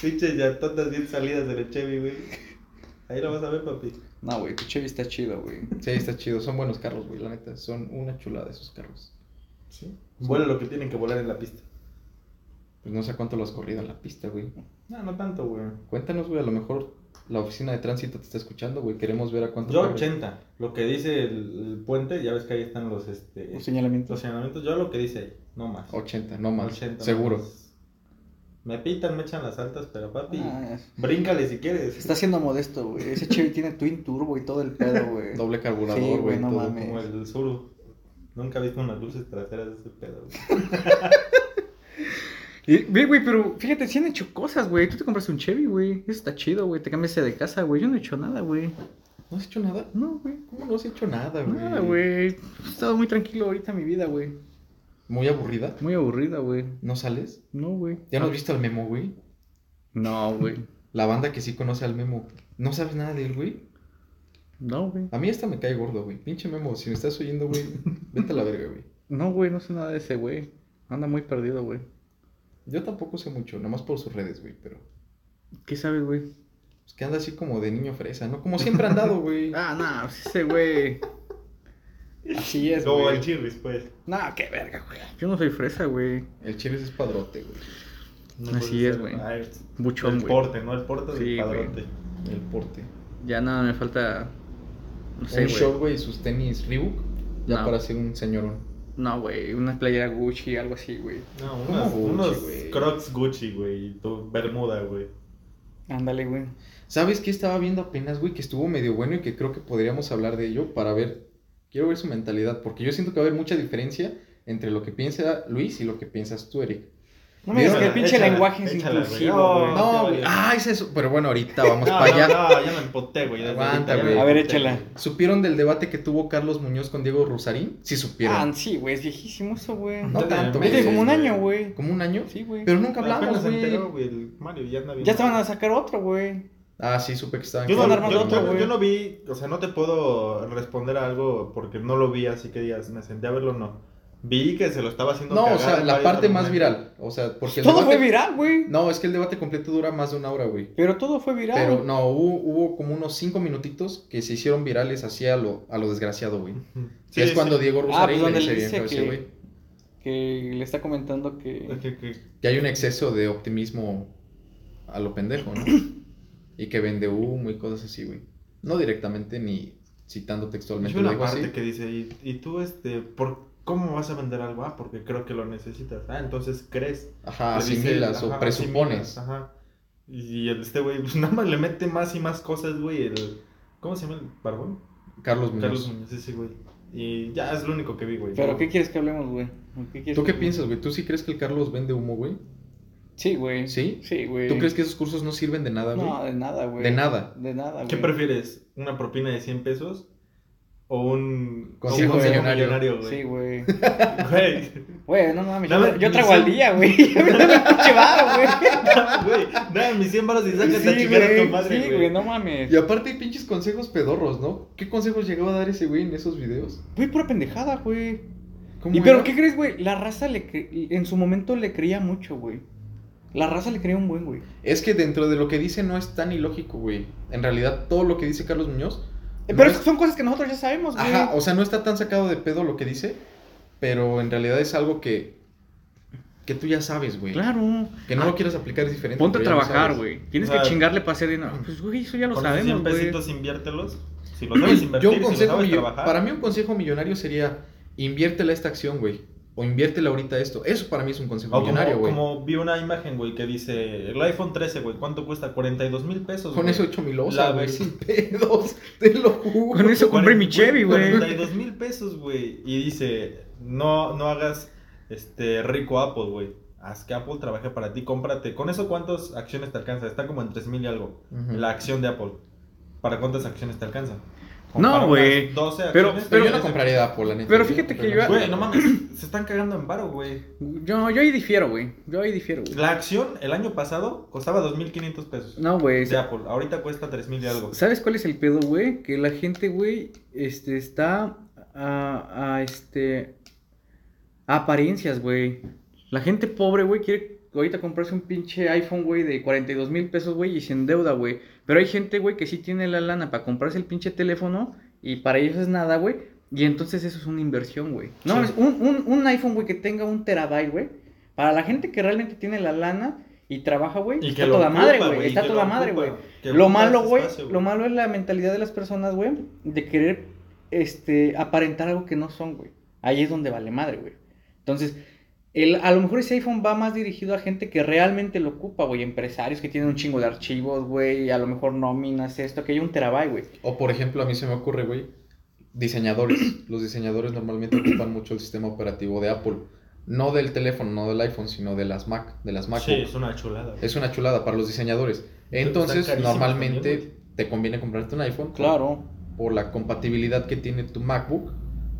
Pinches llantotas bien salidas del Chevy, güey. Ahí lo vas a ver, papi. No, güey, tu Chevy está chido, güey. Sí, está chido. Son buenos carros, güey, la neta. Son una chulada esos carros. Sí. Vuela lo que tienen que volar en la pista. Pues no sé cuánto lo has corrido en la pista, güey. No, no tanto, güey. Cuéntanos, güey, a lo mejor la oficina de tránsito te está escuchando, güey. Queremos ver a cuánto... Yo corres. 80. Lo que dice el, el puente, ya ves que ahí están los, este, Un señalamiento. los señalamientos. Yo lo que dice ahí, no más. 80, no más. 80 seguro. más. Me pitan, me echan las altas, pero papi, Ah, es- bríncale si quieres. está siendo modesto, güey. Ese Chevy tiene twin turbo y todo el pedo, güey. Doble carburador, Sí, güey, güey. no todo. mames. como el suru. Nunca he visto unas luces traseras de ese pedo. güey. Y, Ve, güey, pero fíjate, sí han hecho cosas, güey. Tú te compraste un Chevy, güey. Eso está chido, güey. Te cambiaste de casa, güey. Yo no he hecho nada, güey. ¿No has hecho nada? No, güey. ¿Cómo no has hecho nada, güey? Nada, güey. He estado muy tranquilo ahorita mi vida, güey. ¿Muy aburrida? Muy aburrida, güey. ¿No sales? No, güey. ¿Ya no has visto al memo, güey? No, güey. La banda que sí conoce al memo. ¿No sabes nada de él, güey? No, güey. A mí esta me cae gordo, güey. Pinche memo, si me estás oyendo, güey, vete a la verga, güey. No, güey. No sé nada de ese, güey. Anda muy perdido, güey. Yo tampoco sé mucho, nada más por sus redes, güey, pero... ¿Qué sabes, güey? Es que anda así como de niño fresa, ¿no? Como siempre ha andado, güey. Ah, no. Ese, güey. Así es, Como el güey. chirris, pues. No, qué verga, güey. Yo no soy fresa, güey. El chiles es padrote, güey. No Así puede es, ser. güey. Ah, es- Buchón, El güey. porte, ¿no? El porte del Sí, güey. padrote. El porte. Ya nada me falta. No un sé, short, güey. Ah. güey, y sus tenis Reebok. Ya No. para ser un señorón. No, güey. Una playera Gucci, algo así, güey. No, ¿Cómo unas- Gucci, unos güey? crocs Gucci, güey. Y tu bermuda, güey. Ándale, güey. ¿Sabes qué estaba viendo apenas, güey? Que estuvo medio bueno y que creo que podríamos hablar de ello para ver. Quiero ver su mentalidad, porque yo siento que va a haber mucha diferencia entre lo que piensa Luis y lo que piensas tú, Eric. No me digas que Échala, el pinche échala, lenguaje es échala, inclusivo, güey. No, No, te güey. vale. Ah, es eso. Pero bueno, ahorita vamos No, para allá. no, no, ya me empoté, güey. desde Aguanta, ahorita ya güey. me A ver, empoté, échala. güey. ¿Supieron del debate que tuvo Carlos Muñoz con Diego Rosarín? Sí, Ah, supieron. sí, güey. Es viejísimo eso, güey. No Ya tanto, me- Es de como un güey. año, güey. ¿Como un año? Sí, güey. Pero nunca hablamos, Apenas se güey. enteró, güey. el Mario ya anda bien. Ya estaban a sacar otro, güey. Ah, sí, supe que estaban. Yo Estaban no, armando yo- otro, yo- güey. yo no vi, o sea, no te puedo responder a algo porque no lo vi, así que digas, me senté a verlo, no. Vi que se lo estaba haciendo. No, o cagar sea, en la varios parte más argumentos. viral. O sea, porque el Todo fue debate- viral, güey. No, es que el debate completo dura más de una hora, güey. Pero todo fue viral. Pero no, hubo, hubo como unos cinco minutitos que se hicieron virales así a lo, a lo desgraciado, güey. Sí, Que es sí. Ah, cuando Diego Rosarín pues le donde dice le bien dice feo ese que- güey. Que le está comentando que. Que- que- Que hay un exceso de optimismo a lo pendejo, ¿no? y que vende humo y cosas así, güey. No directamente ni citando Hay textualmente, lo una digo parte así. que dice, y, y tú, este, por, ¿cómo vas a vender algo? Ah, porque creo que lo necesitas. Ah, entonces crees. Ajá, Le dice, Ah, asimilas o ajá, presupones. asimilas, Ajá. Y el, este güey, pues nada más le mete más y más cosas, güey. El, ¿Cómo se llama el barbón? Carlos Muñoz. Carlos Muñoz, ese güey. Y ya es lo único que vi, güey. Pero, Yo- ¿qué quieres que hablemos, güey? ¿Qué quieres ¿Tú qué que- piensas, güey? ¿Tú sí crees que el Carlos vende humo, güey? Sí, güey. ¿Sí? Sí, güey. ¿Tú crees que esos cursos no sirven de nada, güey? No, de nada, güey. de nada. De nada, güey. ¿Qué prefieres? ¿Una propina de 100 pesos? ¿O un Consejo o un millonario. Sí, güey. güey? Güey, no mames. Nada, Yo, yo ni trago al cien. día, güey. Yo me doy un pinche varo, güey. Güey, nada, mis 100 baros y sacas a Sí, chingar a tu güey. madre, Sí, güey. güey, no mames. Y aparte hay pinches consejos pedorros, ¿no? ¿Qué consejos llegaba a dar ese güey en esos videos? Güey, pura pendejada, güey. ¿Cómo ¿Y pero era? qué crees, güey? La raza le cre- en su momento le creía mucho, güey. La raza le creía un buen, güey. Es que dentro de lo que dice no es tan ilógico, güey. En realidad, todo lo que dice Carlos Muñoz Eh, Pero no es- son cosas que nosotros ya sabemos, güey. Ajá, o sea, no está tan sacado de pedo lo que dice, pero en realidad es algo que, que tú ya sabes, güey. claro. Que no Ah, lo quieras aplicar es diferente. Ponte a pero ya lo trabajar, sabes. güey. Tienes Claro. que chingarle para hacer dinero. Pues, güey, eso ya lo Con esos 100 sabemos, güey. pesitos inviértelos. Pues Si los sabes invertir, Yo un si los consejo sabes millo- trabajar. para mí un consejo millonario sería inviértela esta acción, güey. O inviértela ahorita esto. Eso para mí es un consejo O millonario, como, güey. como vi una imagen, güey, que dice el iPhone 13, güey, ¿cuánto cuesta? 42 mil pesos. Con güey. eso he hecho mi La losa, güey. ves- Sin pedos. Te lo juro. Con eso compré mi Chevy, güey. 42 mil pesos, güey. Y dice, no, no hagas este rico Apple, güey. Haz que Apple trabaje para ti, cómprate. ¿Con eso cuántas acciones te alcanza? Está como en 3 mil y algo. Ujú. La acción de Apple. ¿para cuántas acciones te alcanza? No, para güey. unas 12 Pero- acciones, Pero yo tienes no de- compraría de Apple, la neta. Pero fíjate que yo- Güey, no mames, se están cagando en varo, güey. Yo, yo ahí difiero, güey. Yo ahí difiero, güey. La acción el año pasado costaba 2.500 pesos. No, güey. De Apple, ahorita cuesta 3.000 y algo. ¿Sabes cuál es el pedo, güey? Que la gente, güey, este, está a, a, este, a apariencias, güey. La gente pobre, güey, quiere ahorita comprarse un pinche iPhone, güey, de 42 mil pesos, güey, y se endeuda, güey. Pero hay gente, güey, que sí tiene la lana para comprarse el pinche teléfono y para ellos es nada, güey. Y entonces eso es una inversión, güey. No, Sí. es un, un, un iPhone, güey, que tenga un terabyte, güey. Para la gente que realmente tiene la lana y trabaja, güey, Y está lo toda ocupa, madre, güey. y Está que toda lo madre, ocupa, güey. que Lo ocupa ese malo, güey, espacio, lo malo es la mentalidad de las personas, güey, de querer este aparentar algo que no son, güey. Ahí es donde vale madre, güey. Entonces, el, a lo mejor ese iPhone va más dirigido a gente que realmente lo ocupa, güey, empresarios que tienen un chingo de archivos, güey, a lo mejor nóminas, esto, aquello, un terabyte, güey. O por ejemplo, a mí se me ocurre, güey, diseñadores. Los diseñadores normalmente ocupan mucho el sistema operativo de Apple. No del teléfono, no del iPhone, sino de las Mac, de las Mac. Sí, es una chulada. güey. Es una chulada para los diseñadores. Pero Entonces, están carísimos normalmente también, te conviene comprarte un iPhone. por- Claro. Por la compatibilidad que tiene tu MacBook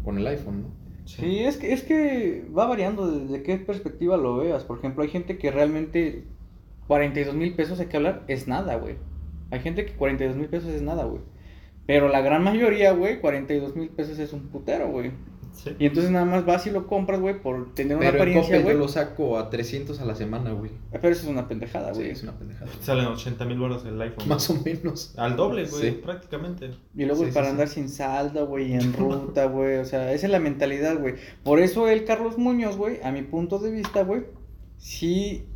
con el iPhone, ¿no? Sí, es que, es que va variando desde qué perspectiva lo veas. Por ejemplo, hay gente que realmente 42 mil pesos hay que hablar es nada, güey. Hay gente que 42 mil pesos es nada, güey. Pero la gran mayoría, güey, 42 mil pesos es un putero, güey. Sí. Y entonces nada más vas y lo compras, güey, por tener una Pero en apariencia, Coppel yo güey. lo saco a 300 a la semana, güey. Pero eso es una pendejada, Sí, Ah, güey. es una pendejada. Salen 80 mil baros el iPhone. Más güey. o menos. Al doble, güey, Sí. prácticamente. Y luego Sí, sí, para sí. andar sin salda, güey, y en ruta, güey. O sea, esa es la mentalidad, güey. Por eso el Carlos Muñoz, güey, a mi punto de vista, güey, sí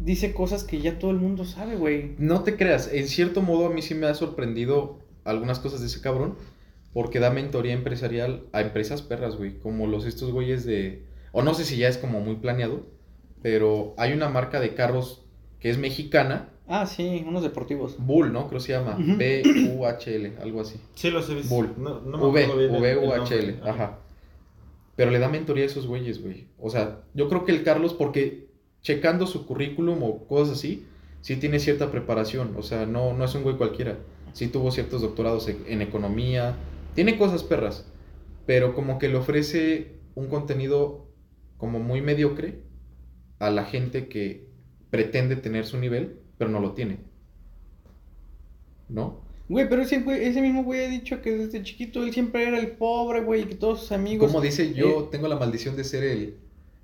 dice cosas que ya todo el mundo sabe, güey. No te creas, en cierto modo a mí sí me ha sorprendido algunas cosas de ese cabrón, porque da mentoría empresarial a empresas perras, güey, como los estos güeyes de, o no sé si ya es como muy planeado, pero hay una marca de carros que es mexicana, Ah, sí, unos deportivos. Bull, ¿no? Creo que se llama, Ujú. B-U-H-L, algo así. Sí, los he visto. Bull. No, no me V, acuerdo bien el- el V-U-H-L, nombre. ajá. Pero le da mentoría a esos güeyes, güey. O sea, yo creo que el Carlos, porque checando su currículum o cosas así, sí tiene cierta preparación. O sea, no, no es un güey cualquiera. Sí tuvo ciertos doctorados en, en economía. Tiene cosas perras. Pero como que le ofrece un contenido como muy mediocre a la gente que pretende tener su nivel, pero no lo tiene. ¿No? Güey, pero ese, güey- ese mismo güey ha dicho que desde chiquito él siempre era el pobre, güey, y que todos sus amigos. Eh, Como dice, yo tengo la maldición de ser el,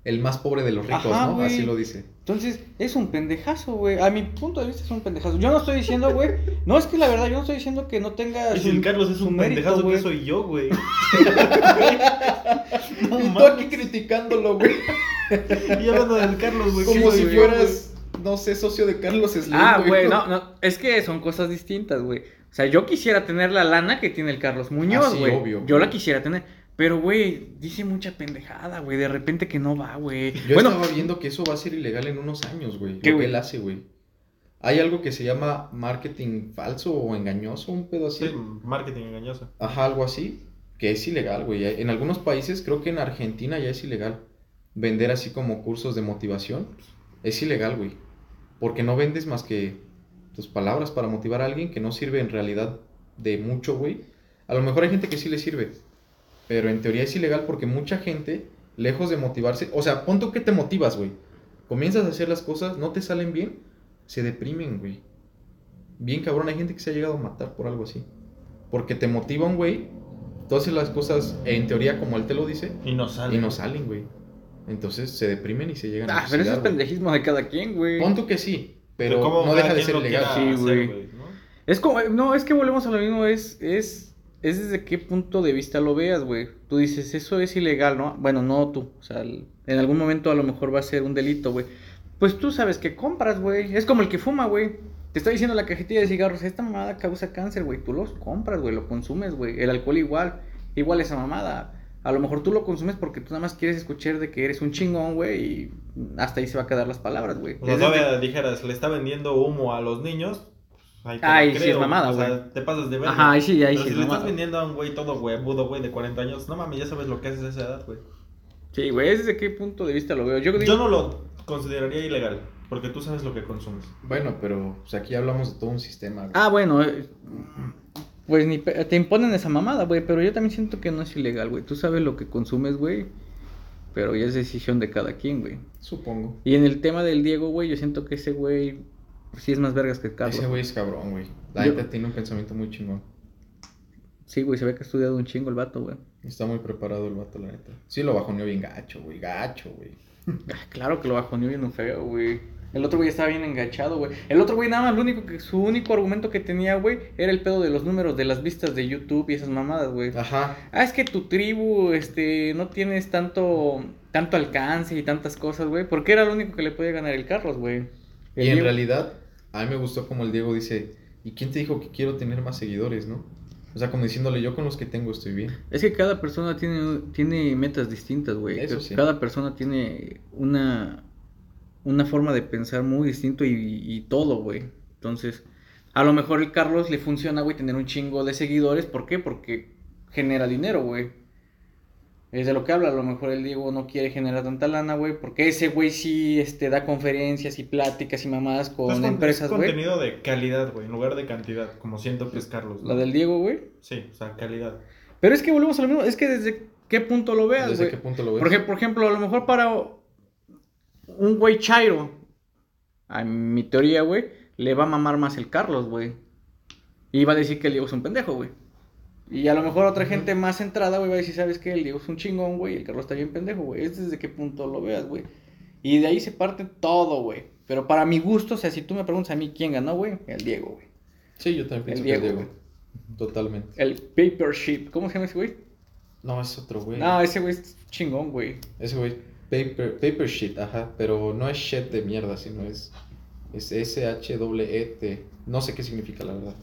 el más pobre de los ricos, Ajá, ¿no? güey. Así lo dice. Entonces, es un pendejazo, güey. A mi punto de vista es un pendejazo. Yo no estoy diciendo, güey. No, es que la verdad, yo no estoy diciendo que no tenga. Y si el Carlos es su un mérito, pendejazo güey. que soy yo, güey. No Y tú mames. aquí criticándolo, güey. Y hablando del Carlos, güey. Como sí, si güey. fueras, no sé, socio de Carlos Slim. Ah, güey, no, no, es que son cosas distintas, güey. O sea, yo quisiera tener la lana que tiene el Carlos Ah, Muñoz, sí, güey. obvio. yo la quisiera tener. Pero, güey, dice mucha pendejada, güey. De repente que no va, güey. Yo Bueno, estaba viendo que eso va a ser ilegal en unos años, güey. Lo ¿Qué, que güey? él hace, güey. Hay algo que se llama marketing falso o engañoso, un pedo así. Sí, marketing engañoso. Ajá, algo así. Que es ilegal, güey. En algunos países, creo que en Argentina ya es ilegal. Vender así como cursos de motivación es ilegal, güey. Porque no vendes más que tus palabras para motivar a alguien que no sirve en realidad de mucho, güey. A lo mejor hay gente que sí le sirve. Pero en teoría es ilegal porque mucha gente, lejos de motivarse, o sea, pon tú que te motivas, güey. Comienzas a hacer las cosas, no te salen bien, se deprimen, güey. Bien cabrón, hay gente que se ha llegado a matar por algo así. Porque te motiva un güey, tú haces las cosas en teoría como él te lo dice, Y no sale. y no salen, güey. Entonces se deprimen y se llegan ah, a pero eso es suicidar, güey. pendejismo de cada quien, güey. Pon tú que sí, pero, ¿cómo no cada deja de quien ser lo ilegal. quiera Sí, hacer, güey. ¿no? Es como, no, es que volvemos a lo mismo, es, es, es desde qué punto de vista lo veas, güey. Tú dices, eso es ilegal, ¿no? Bueno, no tú. O sea, el- en algún momento a lo mejor va a ser un delito, güey. Pues tú sabes que compras, güey. Es como el que fuma, güey. Te está diciendo la cajetilla de cigarros, esta mamada causa cáncer, güey. Tú los compras, güey, lo consumes, güey. El alcohol igual, igual esa mamada. A lo mejor tú lo consumes porque tú nada más quieres escuchar de que eres un chingón, güey, y hasta ahí se va a quedar las palabras, güey. Las Es desde- novelas dijeras, le está vendiendo humo a los niños. pues, ahí te Ay, la sí, es mamada, o sea, güey. te pasas de verga. Ajá, ahí sí, ahí Pero sí, si es le estás mamada. vendiendo a un güey todo huevudo, güey, de 40 años, no mames, ya sabes lo que haces a esa edad, güey. Sí, güey, es desde qué punto de vista lo veo. Yo, digo, Yo no lo consideraría ilegal, porque tú sabes lo que consumes. Bueno, pero pues, aquí hablamos de todo un sistema. güey. Ah, bueno, eh, pues ni pe- te imponen esa mamada, güey, pero yo también siento que no es ilegal, güey. Tú sabes lo que consumes, güey, pero ya es decisión de cada quien, güey. Supongo. Y en el tema del Diego, güey, yo siento que ese güey sí es más vergas que Carlos. Ese güey es cabrón, güey. La Yo- neta tiene un pensamiento muy chingón. Sí, güey, se ve que ha estudiado un chingo el vato, güey. Está muy preparado el vato, la neta. Sí, lo bajoneó bien gacho, güey. Gacho, güey. Ah, Claro que lo bajoneó bien feo, güey. El otro güey estaba bien enganchado, güey. El otro güey nada más, lo único que, su único argumento que tenía, güey, era el pedo de los números, de las vistas de YouTube y esas mamadas, güey. Ajá. Ah, es que tu tribu, este, no tienes tanto, tanto alcance y tantas cosas, güey. Porque era lo único que le podía ganar el Carlos, güey. Y El en Diego- realidad, a mí me gustó como el Diego dice, ¿y quién te dijo que quiero tener más seguidores, no? O sea, como diciéndole, yo con los que tengo estoy bien. Es que cada persona tiene, tiene metas distintas, güey. Eso sí. Cada persona tiene una, una forma de pensar muy distinto y, y todo, güey. Entonces, a lo mejor el Carlos le funciona, güey, tener un chingo de seguidores. ¿Por qué? Porque genera dinero, güey. Es de lo que habla, a lo mejor el Diego no quiere generar tanta lana, güey, porque ese güey sí este, da conferencias y pláticas y mamadas con Entonces, con- empresas, es güey. contenido de calidad, güey, en lugar de cantidad, como siento que es Carlos. La ¿no? del Diego, güey. Sí, o sea, calidad. Pero es que volvemos a lo mismo, es que desde qué punto lo veas, güey. ¿Desde qué punto lo ves? Por ejemplo, por ejemplo, a lo mejor para un güey Chairo, a mi teoría, güey, le va a mamar más el Carlos, güey. Y va a decir que el Diego es un pendejo, güey. Y a lo mejor otra gente más centrada, güey, va a decir, ¿sabes qué? El Diego es un chingón, güey, y el Carlos está bien pendejo, güey. Es desde qué punto lo veas, güey. Y de ahí se parte todo, güey. Pero para mi gusto, o sea, si tú me preguntas a mí quién ganó, güey, el Diego, güey. Sí, yo también pienso El que el Diego, Diego. Totalmente. El paper ship. ¿Cómo se llama ese güey? No, es otro güey. No, ese güey es chingón, güey. Ese güey, paper, paper shit, ajá, pero no es shit de mierda, sino es, es S-H-E-T. E No sé qué significa, la verdad.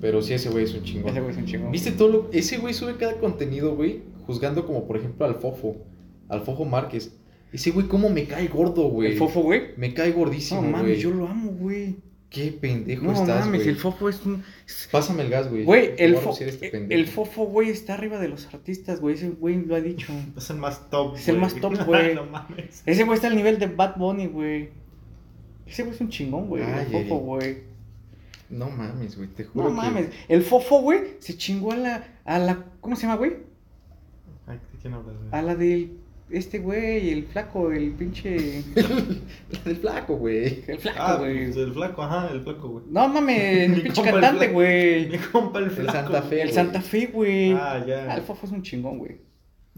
Pero sí, ese güey es un chingón. Ese güey es un chingón. ¿Viste todo lo Ese güey sube cada contenido, güey, juzgando como, por ejemplo, al Fofo, al Fofo Márquez. Ese güey, cómo me cae gordo, güey. El fofo, güey. Me cae gordísimo, No güey. mames, yo lo amo, güey. Qué pendejo No estás, mames, güey. el fofo es un. Pásame el gas, güey. Güey, Te el, voy a fo- eh, lucir este el- pendejo. el fofo, güey, está arriba de los artistas, güey. Ese güey lo ha dicho. Es el más top, Es el güey. más top, güey. no mames. Ese güey está al nivel de Bad Bunny, güey. Ese güey es un chingón, güey. Ay, El ay, fofo, ay. güey. No mames, güey, te juro No que- mames. El fofo, güey, se chingó a la, a la. ¿Cómo se llama, güey? Ay, ¿de quién hablas, güey? A la del. Este güey, el flaco, el pinche. El flaco, güey. El Ah, flaco, güey. pues, el flaco, ajá, el flaco, güey. No mames, Mi el pinche compa, el cantante, flaco. güey. Mi compa el flaco. Santa Fe, El güey. Santa Fe, güey. Ah, ya. Ah, el fofo es un chingón, güey.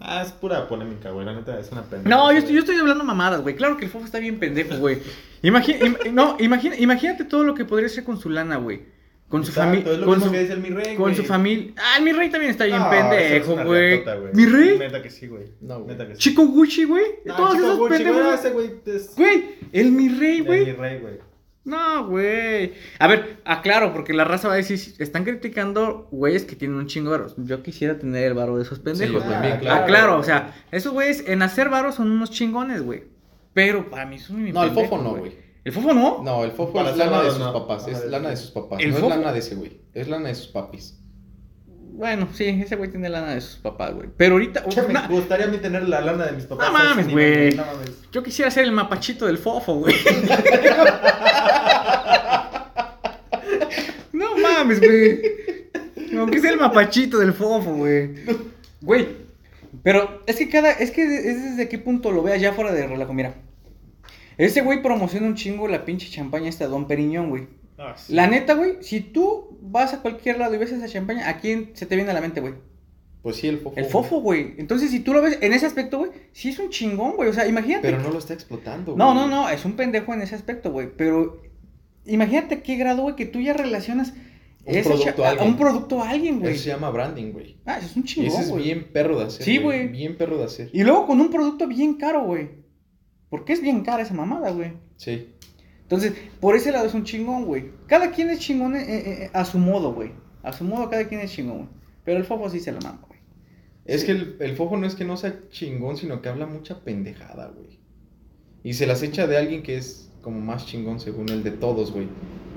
Ah, es pura polémica, güey. La neta es una pendeja. No, yo estoy, yo estoy hablando mamadas, güey. Claro que el fofo está bien pendejo, güey. Imagi- im- no, imagina, imagínate todo lo que podría ser con su lana, güey. Con su Exacto, familia. es lo Con mismo su, que dice el mi rey. con güey. su familia. Ah, mi rey también está bien No, esa pendejo, es una güey. riatota, Mi rey. Neta que sí, güey. No, güey. Neta que sí. Chico Gucci, güey. Ah, Todos Chico esos Gucci, güey, pendejos. ese güey es. Güey, el mi rey, el Mi güey. rey, güey. No, güey. A ver, aclaro, porque la raza va a decir, están criticando güeyes que tienen un chingo de varos. Yo quisiera tener el varo de esos pendejos, yo güey. también, Ah, claro. claro, o sea, esos güeyes en hacer varos son unos chingones, güey. Pero para mí son mi No, el fofo no, güey. ¿El fofo no? No, el fofo Para es ser lana de lado, sus no. papás. Es Ajá, lana de sí. sus papás. ¿El No es fofo? lana de ese güey. Es lana de sus papis. Bueno, sí, ese güey tiene lana de sus papás, güey. Pero ahorita. Ya na- me gustaría a mí tener la lana de mis papás. No mames, Ni- güey. No mames. Yo quisiera ser el mapachito del fofo, güey. no mames, güey. Aunque sea el mapachito del fofo, güey. Güey. Pero es que cada. Es que es desde qué punto lo veas ya fuera de relajo. Mira. Ese güey promociona un chingo la pinche champaña esta Don Periñón, güey. Ah, sí. La neta, güey, si tú vas a cualquier lado y ves esa champaña, ¿a quién se te viene a la mente, güey? Pues sí, el fofo. El güey. fofo, güey. Entonces, si tú lo ves en ese aspecto, güey, sí es un chingón, güey. O sea, imagínate. Pero no lo está explotando, No, güey. no, no, es un pendejo en ese aspecto, güey. Pero imagínate qué grado, güey, que tú ya relacionas Un es hecha- producto a a, alguien. un producto a alguien, güey. Eso se llama branding, güey. Ah, eso es un Y ese chingón, es güey. bien perro de hacer. Sí, güey. Bien perro de hacer. Y luego con un producto bien caro, güey. Porque es bien cara esa mamada, güey. Sí. Entonces, por ese lado es un chingón, güey. Cada quien es chingón eh, eh, eh, a su modo, güey. A su modo cada quien es chingón, güey. Pero el fofo sí se la manda, güey. Es Sí. que el, el fofo no es que no sea chingón, sino que habla mucha pendejada, güey. Y se las echa de alguien que es como más chingón según el de todos, güey.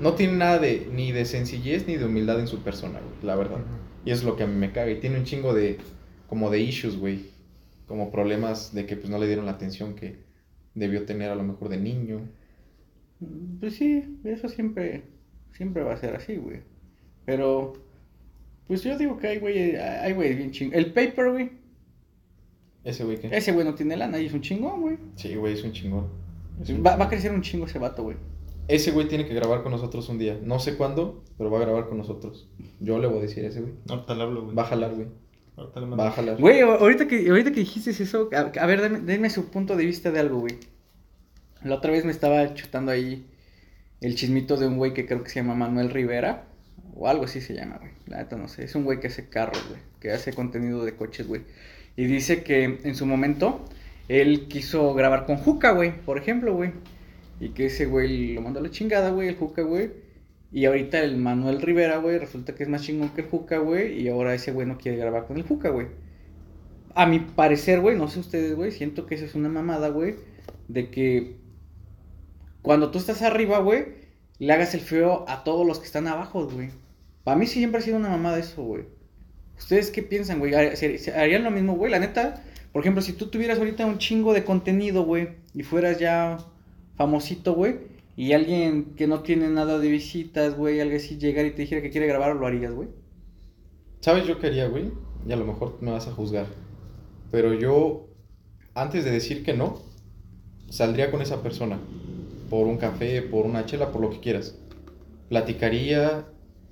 No tiene nada de ni de sencillez ni de humildad en su persona, güey, la verdad. Y es lo que a mí me caga. Y tiene un chingo de, como de issues, güey. Como problemas de que pues no le dieron la atención que debió tener a lo mejor de niño. Mm, Pues sí, eso siempre, siempre va a ser así, güey. Pero, pues yo digo que hay, güey, hay, güey, bien chingón. El paper, güey. Ese güey que... Ese güey no tiene lana y es un chingón, güey. Sí, güey, es un chingón. Es un Va, chingón. va a crecer un chingo ese vato, güey. Ese güey tiene que grabar con nosotros un día. No sé cuándo, pero va a grabar con nosotros. Yo le voy a decir a ese güey. Ahorita le hablo, güey. Va a jalar, güey. Ahorita le mando. Va a jalar. Güey, a- ahorita que, ahorita que dijiste eso, a, a ver, denme, denme su punto de vista de algo, güey. La otra vez me estaba chutando ahí el chismito de un güey que creo que se llama Manuel Rivera, o algo así se llama, güey. La neta no sé, es un güey que hace carros, güey, que hace contenido de coches, güey. Y dice que en su momento él quiso grabar con Juca, güey, por ejemplo, güey. Y que ese güey lo mandó a la chingada, güey, el Juca, güey. Y ahorita el Manuel Rivera, güey, resulta que es más chingón que el Juca, güey. Y ahora ese güey no quiere grabar con el Juca, güey. A mi parecer, güey, no sé ustedes, güey, siento que eso es una mamada, güey, de que cuando tú estás arriba, güey, le hagas el feo a todos los que están abajo, güey. Para mí siempre ha sido una mamada eso, güey. ¿Ustedes qué piensan, güey? ¿Har- se- se- ¿Harían lo mismo, güey? La neta, por ejemplo, si tú tuvieras ahorita un chingo de contenido, güey, y fueras ya famosito, güey, y alguien que no tiene nada de visitas, güey, alguien así llegara y te dijera que quiere grabar, ¿lo harías, güey? ¿Sabes yo quería, güey? Y a lo mejor me vas a juzgar. Pero yo, antes de decir que no, saldría con esa persona. Por un café, por una chela, por lo que quieras. Platicaría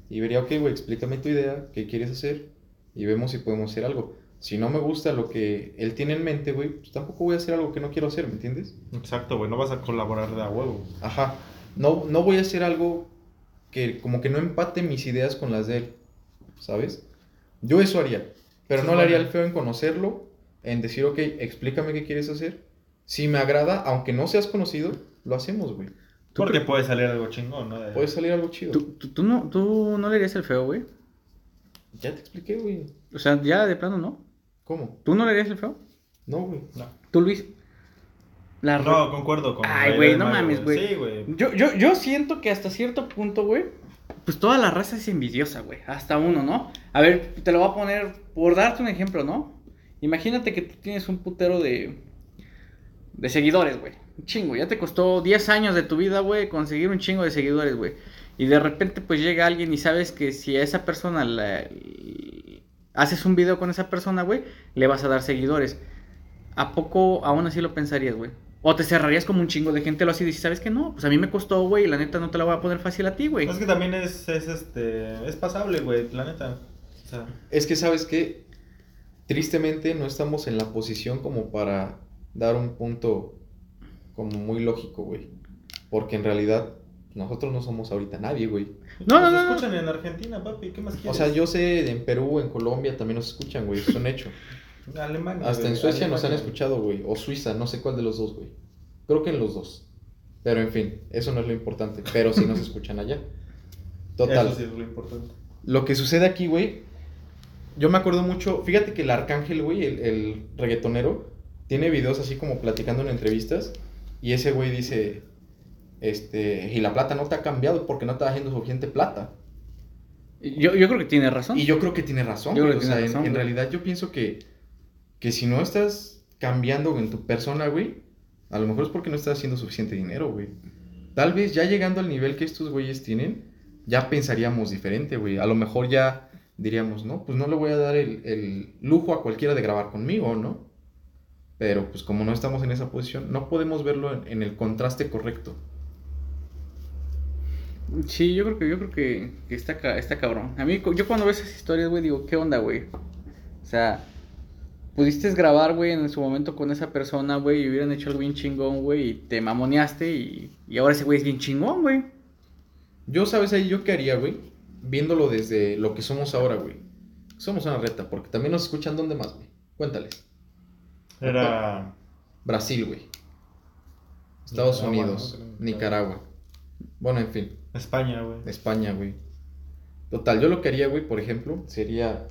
y vería, ok, güey, explícame tu idea, qué quieres hacer. Y vemos si podemos hacer algo. Si no me gusta lo que él tiene en mente, güey, pues tampoco voy a hacer algo que no quiero hacer, ¿me entiendes? Exacto, güey. No vas a colaborar de a huevo. Ajá. No, no voy a hacer algo que como que no empate mis ideas con las de él. ¿Sabes? Yo eso haría. Pero Sí, no le haría bueno. el feo en conocerlo, en decir, ok, explícame qué quieres hacer. Si me agrada, aunque no seas conocido, lo hacemos, güey. ¿Tú Pues, Porque puede salir algo chingón, ¿no? De- Puede salir algo chido. ¿Tú, tú, tú no, ¿Tú no le harías el feo, güey? Ya te expliqué, güey. O sea, ya de plano no. ¿Cómo? ¿Tú no le harías el feo? No, güey. No. ¿Tú, Luis? La ro- No, concuerdo con. Ay, la güey, idea no de Mario, mames, güey. Sí, güey. Yo, yo, yo siento que hasta cierto punto, güey, pues toda la raza es envidiosa, güey. Hasta uno, ¿no? A ver, te lo voy a poner por darte un ejemplo, ¿no? Imagínate que tú tienes un putero de, de seguidores, güey. Un chingo. Ya te costó 10 años de tu vida, güey, conseguir un chingo de seguidores, güey. Y de repente, pues llega alguien y sabes que si a esa persona la- haces un video con esa persona, güey, le vas a dar seguidores. ¿A poco aún así lo pensarías, güey? O te cerrarías como un chingo de gente lo así y dices, ¿sabes qué no? Pues a mí me costó, güey, y la neta no te la voy a poner fácil a ti, güey. Es que también es, es este. Es pasable, güey, la neta. O sea, Es que, ¿sabes qué? Tristemente no estamos en la posición como para dar un punto como muy lógico, güey. Porque en realidad nosotros no somos ahorita nadie, güey. No, no, nos no, no. escuchan en Argentina, papi. ¿Qué más O quieres? sea, yo sé, en Perú, en Colombia también nos escuchan, güey. Es un hecho. Alemania. Hasta güey, en Suecia nos han Alemania. escuchado, güey. O Suiza, no sé cuál de los dos, güey. Creo que en los dos. Pero en fin, eso no es lo importante. Pero sí nos escuchan allá. Total. Eso sí es lo importante. Lo que sucede aquí, güey. Yo me acuerdo mucho. Fíjate que el Arcángel, güey, el, el reggaetonero, tiene videos así como platicando en entrevistas. Y ese güey dice: Este, y la plata no te ha cambiado porque no te está haciendo suficiente plata. Yo, yo creo que tiene razón. Y yo creo que tiene razón. Yo creo güey, que o tiene sea, en- razón, en, güey. realidad yo pienso que, que si no estás cambiando en tu persona, güey, a lo mejor es porque no estás haciendo suficiente dinero, güey. Tal vez ya llegando al nivel que estos güeyes tienen, ya pensaríamos diferente, güey. A lo mejor ya diríamos, no, pues no le voy a dar el, el lujo a cualquiera de grabar conmigo, ¿no? Pero pues como no estamos en esa posición, no podemos verlo en, en el contraste correcto. Sí, yo creo que, yo creo que, que está, ca- está cabrón. A mí, cu- yo cuando veo esas historias, güey, digo, ¿qué onda, güey? O sea, pudiste grabar, güey, en su momento con esa persona, güey, y hubieran hecho algo bien chingón, güey, y te mamoneaste y, y ahora ese güey es bien chingón, güey. Yo, ¿sabes ahí yo qué haría, güey? viéndolo desde lo que somos ahora, güey. Somos una reta, porque también nos escuchan dónde más, güey. Cuéntales. Era. Brasil, güey. Estados Nicaragua, Unidos, ¿no? Creo que Nicaragua. Bueno, en fin, España, güey. España, güey. Total, yo lo que haría, güey, por ejemplo, sería...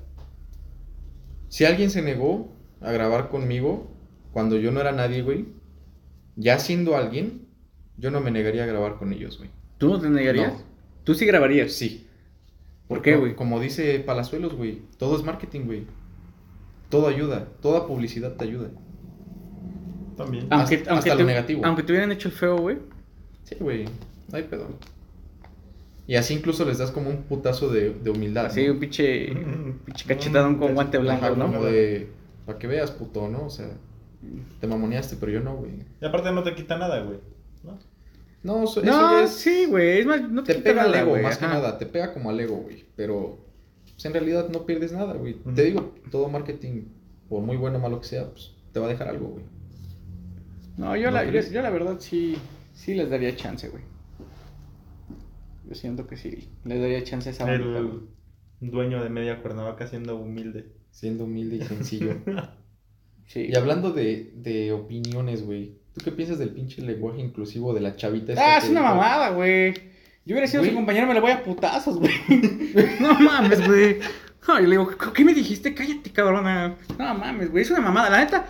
Si alguien se negó a grabar conmigo cuando yo no era nadie, güey, ya siendo alguien, yo no me negaría a grabar con ellos, güey. ¿Tú no te negarías? No. Tú sí grabarías. Sí. ¿Por qué, Co- güey? Como dice Palazuelos, güey, todo es marketing, güey. Todo ayuda, toda publicidad te ayuda. También. Aunque, hasta- aunque hasta te, lo negativo. Aunque te hubieran hecho el feo, güey. Sí, güey, no hay pedo. Y así incluso les das como un putazo de, de humildad. Así, ¿no? un pinche, Mm, pinche cachetadón con cachet- guante Ajá, blanco, ¿no? como de, para que veas, puto, ¿no? O sea, te mamoneaste, pero yo no, güey. Y aparte no te quita nada, güey. ¿no? No, eso, eso No, ya es- sí, güey. Es más, no te, Te quita pega al nada, ego, güey, más que ajá. nada. Te pega como al ego, güey. Pero, pues, en realidad no pierdes nada, güey. Ujú. Te digo, todo marketing, por muy bueno o malo que sea, pues, te va a dejar algo, güey. No, yo, ¿No la, yo, crees? yo la verdad sí, sí les daría chance, güey. Yo siento que sí, les daría chance a esa bandita, güey. El dueño de media Cuernavaca siendo humilde. Siendo humilde y sencillo. Sí. y hablando de, de opiniones, güey. ¿Tú qué piensas del pinche lenguaje inclusivo de la chavita esta Ah, que es una dijo? mamada, güey. Yo hubiera sido Güey. su compañero, me la voy a putazos, güey. No mames, güey. No, y le digo, "¿Qué- ¿qué me dijiste? Cállate, cabrona. No mames, güey. Es una mamada. La neta,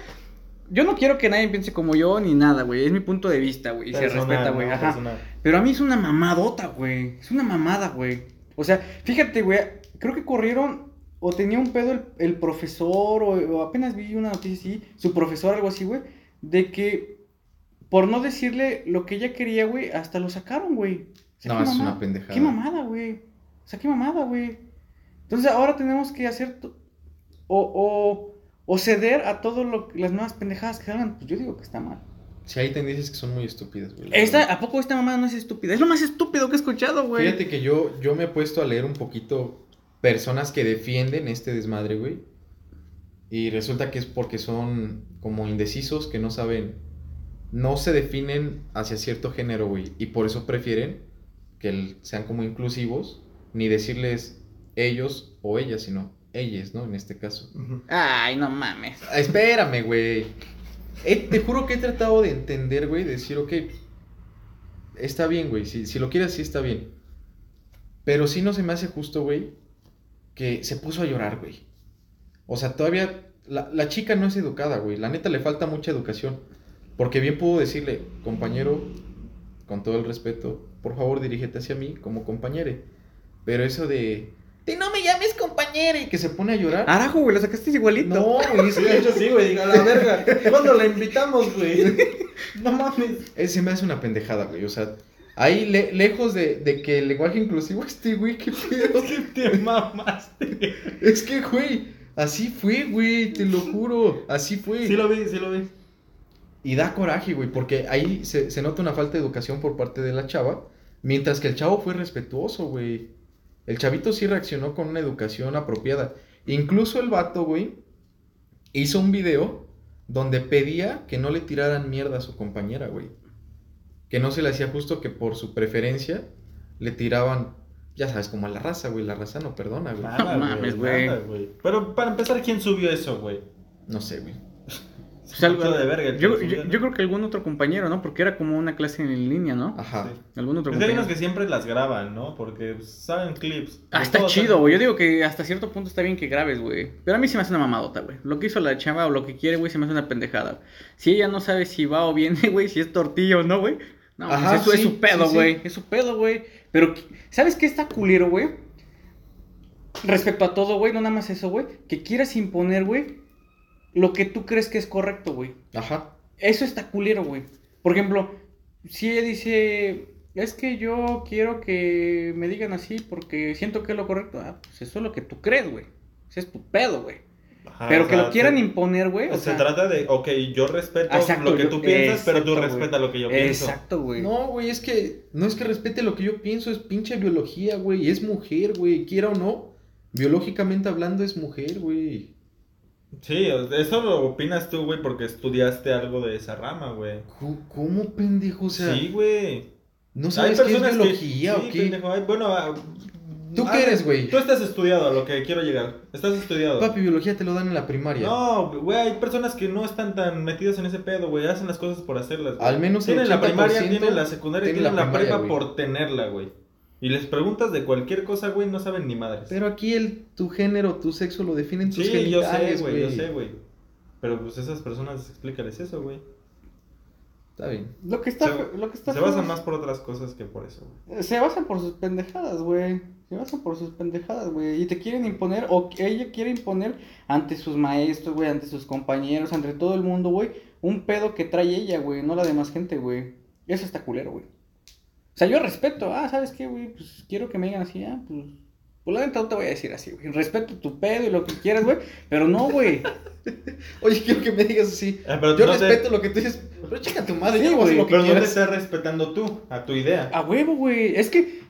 yo no quiero que nadie piense como yo ni nada, güey. Es mi punto de vista, güey. Y se Personal, respeta, güey. ¿no? Ajá. Personal. Pero a mí es una mamadota, güey. Es una mamada, güey. O sea, fíjate, güey. Creo que corrieron o tenía un pedo el, el profesor o, o apenas vi una noticia así, su profesor, algo así, güey, de que por no decirle lo que ella quería, güey, hasta lo sacaron, güey. O sea, No, qué es mamada- una pendejada. Qué mamada, güey. O sea, qué mamada, güey. Entonces ahora tenemos que hacer to- o, o, o ceder a todas las nuevas pendejadas que salgan. Pues yo digo que está mal. Si hay tendencias que son muy estúpidas, güey. la Esta, verdad. ¿A poco esta mamada no es estúpida? Es lo más estúpido que he escuchado, güey. Fíjate que yo, yo me he puesto a leer un poquito personas que defienden este desmadre, güey. Y resulta que es porque son como indecisos, que no saben, no se definen hacia cierto género, güey. Y por eso prefieren que el- sean como inclusivos, ni decirles ellos o ellas, sino ellas, ¿no? En este caso. Ujú. Ay, no mames. Ah, Espérame, güey. He- te juro que he tratado de entender, güey, decir, ok, está bien, güey, si, si lo quieres, sí está bien. Pero sí no se me hace justo, güey, que se puso a llorar, güey. O sea, todavía la, la chica no es educada, güey. La neta le falta mucha educación. Porque bien pudo decirle, compañero, con todo el respeto, por favor dirígete hacia mí como compañere. Pero eso de... "Te no me llames compañere. Que se pone a llorar. Arajo, güey, lo sacaste igualito. no, güey, es Sí, que- de hecho sí, güey. A la verga. ¿Cuándo la invitamos, güey? No mames. Eh, se me hace una pendejada, güey. O sea, ahí le- lejos de, de que el lenguaje inclusivo este, güey, qué pedo. Te mamaste. Es que, güey, así fue, güey, te lo juro. Así fue. Sí lo vi, sí lo vi. Y da coraje, güey, porque ahí se, se nota una falta de educación por parte de la chava, mientras que el chavo fue respetuoso, güey. El chavito sí reaccionó con una educación apropiada. Incluso el vato, güey, hizo un video donde pedía que no le tiraran mierda a su compañera, güey. Que no se le hacía justo que por su preferencia le tiraban, ya sabes, como a la raza, güey. La raza no perdona, güey. Nada, No mames, güey. nada, Pero para empezar, ¿quién subió eso, güey? No sé, güey. O sea, Pues algo- Mucho de verga. yo, yo- yo creo que algún otro compañero, ¿no? Porque era como una clase en línea, ¿no? Ah. Ajá. Sí. Algún otro Es que Pues hay compañero. unos que siempre las graban, ¿no? Porque pues, saben clips. Ah, Pero está todos chido, saben- güey. Yo digo que hasta cierto punto está bien que grabes, güey. Pero a mí se me hace una mamadota, güey. Lo que hizo la chava o lo que quiere, güey, se me hace una pendejada. Si ella no sabe si va o viene, güey, si es tortilla o no, güey. No, pues Ajá, eso es sí, su pedo, sí, sí. güey. Es su pedo, güey. Pero, ¿qué- ¿sabes qué está culero, güey? Respecto a todo, güey, no nada más eso, güey. Que quieras imponer, güey, lo que tú crees que es correcto, güey. Ajá. Eso está culero, güey. Por ejemplo, si ella dice, es que yo quiero que me digan así porque siento que es lo correcto. Ah, pues eso es lo que tú crees, güey. Ese es tu pedo, güey. Ajá, Pero Ah, o que sea, lo quieran se- imponer, güey. O se sea, trata de, ok, yo respeto Exacto, lo que yo- tú piensas, pero tú exacto, güey. respeta lo que yo pienso. Exacto, güey. No, güey, es que no es que respete lo que yo pienso, es pinche biología, güey. Es mujer, güey, quiera o no. Biológicamente hablando es mujer, güey. Sí, o- eso lo opinas tú, güey, porque estudiaste algo de esa rama, güey. Co- ¿Cómo, pendejo? O sea, sí, güey. ¿no sabes qué es biología sí, o qué? pendejo, hay- bueno, ah, ¿Tú Ah, qué eres, güey? Tú estás estudiado a lo que quiero llegar. Estás estudiado. Papi, biología te lo dan en la primaria. No, güey, hay personas que no están tan metidas en ese pedo, güey. Hacen las cosas por hacerlas. güey. Al menos el tienen la primaria, 80% tienen la secundaria, tienen tienen la la, primaria, prepa güey. por tenerla, güey. Y les preguntas de cualquier cosa, güey, no saben ni madres. Pero aquí el, tu género, tu sexo lo definen tus sí, yo sé, genitales, güey, yo sé, güey. Pero pues esas personas, explícales eso, güey. Está bien. Lo que está. Se- lo que está Se basan más por otras cosas que por eso, güey. Se basan por sus pendejadas, güey. Se basan por sus pendejadas, güey. Y te quieren imponer, o que ella quiere imponer ante sus maestros, güey, ante sus compañeros, ante todo el mundo, güey, un pedo que trae ella, güey, no la demás gente, güey. Eso está culero, güey. O sea, yo respeto, ah, ¿sabes qué, güey? Pues quiero que me digan así, ah, pues. Pues la neta no te voy a decir así, güey. Respeto tu pedo y lo que quieras, güey. Pero no, güey. Oye, quiero que me digas así. Ah, pero Yo no te- respeto lo que tú dices, pero chica tu madre, Sí, yo hago güey, lo que Pero no te quieras. Ah, estás respetando tú, a tu idea. A huevo, güey. Es que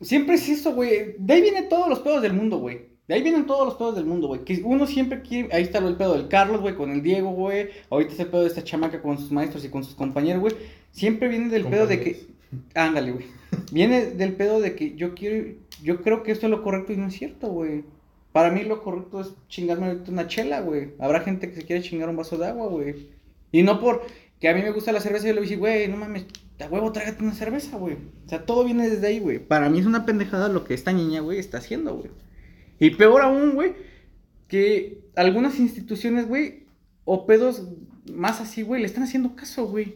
siempre es eso, güey. De ahí vienen todos los pedos del mundo, güey. De ahí vienen todos los pedos del mundo, güey. Que uno siempre quiere. Ahí está el pedo del Carlos, güey, con el Diego, güey. Ahorita ese pedo de esta chamaca con sus maestros y con sus compañeros, güey. Siempre viene del pedo de que. Ándale, güey. Viene del pedo de que yo quiero. Yo creo que esto es lo correcto y no es cierto, güey. Para mí lo correcto es chingarme ahorita una chela, güey. Habrá gente que se quiere chingar un vaso de agua, güey. Y no por que a mí me gusta la cerveza y yo le voy a decir, güey, no mames, a huevo, trágate una cerveza, güey. O sea, todo viene desde ahí, güey. Para mí es una pendejada lo que esta niña, güey, está haciendo, güey. Y peor aún, güey, que algunas instituciones, güey, o pedos más así, güey, le están haciendo caso, güey.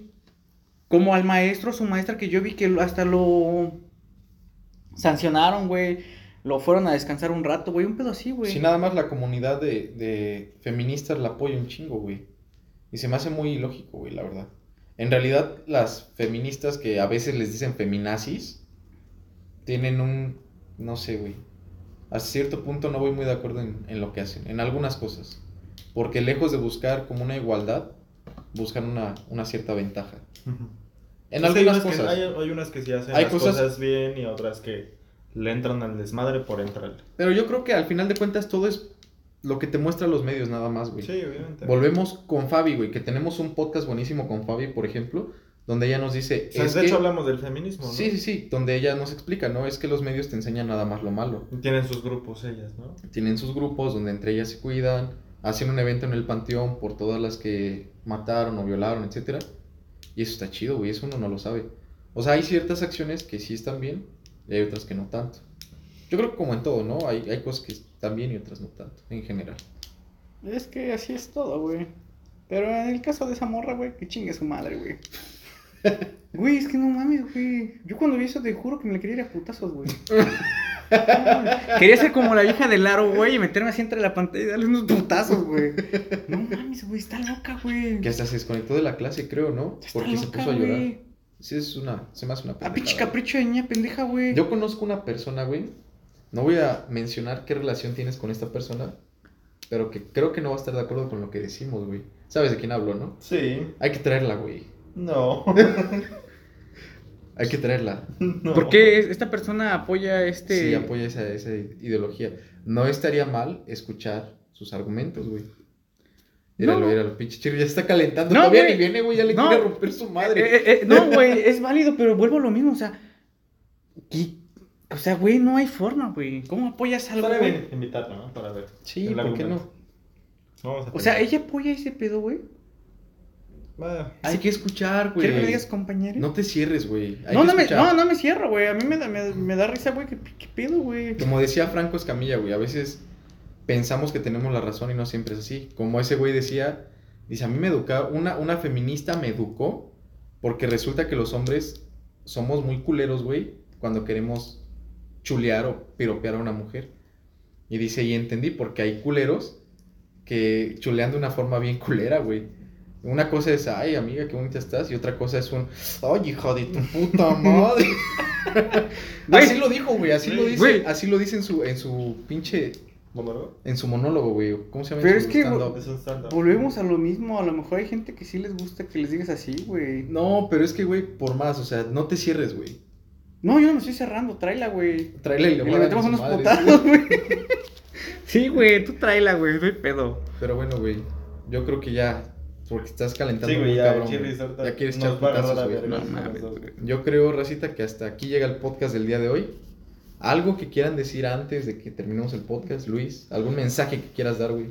Como al maestro, su maestra que yo vi que lo- hasta lo sancionaron, güey. Lo fueron a descansar un rato, güey. Un pedo así, güey. Si nada más la comunidad de, de feministas la apoya un chingo, güey. Y se me hace muy ilógico, güey, la verdad. En realidad, las feministas que a veces les dicen feminazis, tienen un, no sé, güey. Hasta cierto punto no voy muy de acuerdo en, en lo que hacen, en algunas cosas. Porque lejos de buscar como una igualdad, buscan una, una cierta ventaja. En Sí, algunas unas que- cosas. Pues, hay, hay unas que sí hacen Hay las cosas- cosas... bien y otras que le entran al desmadre por entrarle. Pero yo creo que al final de cuentas todo es lo que te muestran los medios nada más, güey. Sí, obviamente. Volvemos con Fabi, güey, que tenemos un podcast buenísimo con Fabi, por ejemplo, donde ella nos dice... O sea, es de que- hecho hablamos del feminismo, ¿no? Sí, sí, sí, donde ella nos explica, ¿no? Es que los medios te enseñan nada más lo malo. Tienen sus grupos ellas, ¿no? Tienen sus grupos donde entre ellas se cuidan, hacen un evento en el panteón por todas las que mataron o violaron, etcétera. Y eso está chido, güey, eso uno no lo sabe. O sea, hay ciertas acciones que sí están bien y hay otras que no tanto. Yo creo que como en todo, ¿no? Hay, hay cosas que están bien y otras no tanto, en general. Es que así es todo, güey. Pero en el caso de esa morra, güey, que chingue su madre, güey. Güey, es que no mames, güey. Yo cuando vi eso te juro que me le quería ir a putazos, güey. Quería ser como la vieja del aro, güey, y meterme así entre la pantalla y darle unos putazos, güey. No mames, güey, está loca, güey. Que hasta se desconectó de la clase, creo, ¿no? Está Porque se loca, puso a llorar. güey. Sí, es una. Se me hace una A Ah, pinche pendejada, güey. capricho de niña pendeja, güey. Yo conozco una persona, güey. No voy a mencionar qué relación tienes con esta persona. Pero que creo que no va a estar de acuerdo con lo que decimos, güey. Sabes de quién hablo, ¿no? Sí. Hay que traerla, güey. No. Hay que traerla. No. ¿Por qué es- esta persona apoya este. Sí, apoya esa, esa ideología. No estaría mal escuchar sus argumentos, güey. Míralo, No. míralo, pinche chirri. Ya está calentando. No, Todavía güey. ni viene, güey. Ya le No. quiere romper su madre. Eh, eh, eh, no, güey, es válido, pero vuelvo a lo mismo, o sea. ¿qué? O sea, güey, no hay forma, güey. ¿Cómo apoyas algo, Estaría güey? bien invitarla, ¿no? Para ver. sí, el ¿por qué no? argumento. Vamos a O sea, pensar. ella apoya ese pedo, güey. Va. Hay que escuchar, güey. ¿Quieres que me digas compañero? No te cierres, güey. Hay no, que no me, escuchar. no, no me cierro, güey. A mí me da, me, me da risa, güey. ¿Qué, qué pedo, güey? Como decía Franco Escamilla, güey, a veces pensamos que tenemos la razón y no siempre es así. Como ese güey decía, dice, a mí me educaba, una, una feminista me educó porque resulta que los hombres somos muy culeros, güey, cuando queremos chulear o piropear a una mujer. Y dice, y entendí, porque hay culeros que chulean de una forma bien culera, güey. Una cosa es, ay, amiga, qué bonita estás, y otra cosa es un, ay, hija de tu puta madre. Güey. así lo dijo, güey, así lo dice, Güey. así lo dice en su, en su pinche, ¿Monólogo? en su monólogo, güey. ¿Cómo se llama? Pero En su es que, stand-up. Es un stand-up. Volvemos a lo mismo. A lo mejor hay gente que sí les gusta que les digas así, güey. No, pero es que, güey, por más, o sea, no te cierres, güey. No, yo no me estoy cerrando, tráela, güey. Tráele Y el le metemos unos putazos, güey. Sí, güey, tú tráela, güey, no hay pedo. Pero bueno, güey, yo creo que ya, porque estás calentando Sí, güey, muy ya, cabrón, Chirris, güey. ahorita Ya quieres nos echar va a agarrar putazos, la güey. verga. No mames, güey. Yo creo, Racita, que hasta aquí llega el podcast del día de hoy. Algo que quieran decir antes de que terminemos el podcast, Luis. Algún mensaje que quieras dar, güey.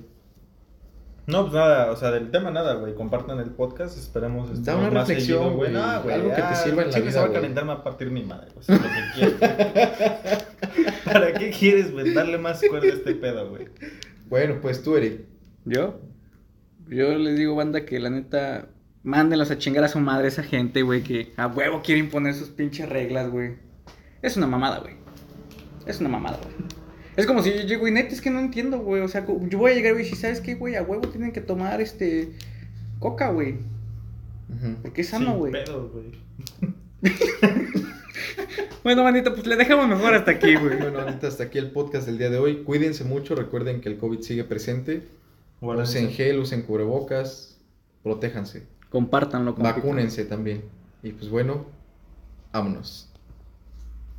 No, pues nada, o sea, del tema nada, güey. Compartan el podcast, esperemos. este, Da una más reflexión, seguido, güey. No, Algo que te ya, sirva en la siempre vida, se va a güey. calentar, me va a partir mi madre, güey. si es lo que quieres. ¿Para qué quieres, güey? Darle más cuerda a este pedo, güey. Bueno, pues tú, Eric. ¿Yo? Yo les digo, banda, que la neta, mándenlos a chingar a su madre esa gente, güey, que a huevo quiere imponer sus pinches reglas, güey. Es una mamada, güey. Es una mamada, güey. Es como si yo llego y neta, es que no entiendo, güey. O sea, co- yo voy a llegar, güey, y si sabes qué, güey, a huevo tienen que tomar, este, coca, güey. Ujú. Porque es sano, Sin güey. pedos, güey. Bueno, bandita, pues le dejamos mejor hasta aquí, güey. Bueno, ahorita hasta aquí el podcast del día de hoy. Cuídense mucho, recuerden que el COVID sigue presente. Guarden usen gel, usen cubrebocas, protéjanse. Compártanlo, compita. Vacúnense también. Y pues bueno, vámonos.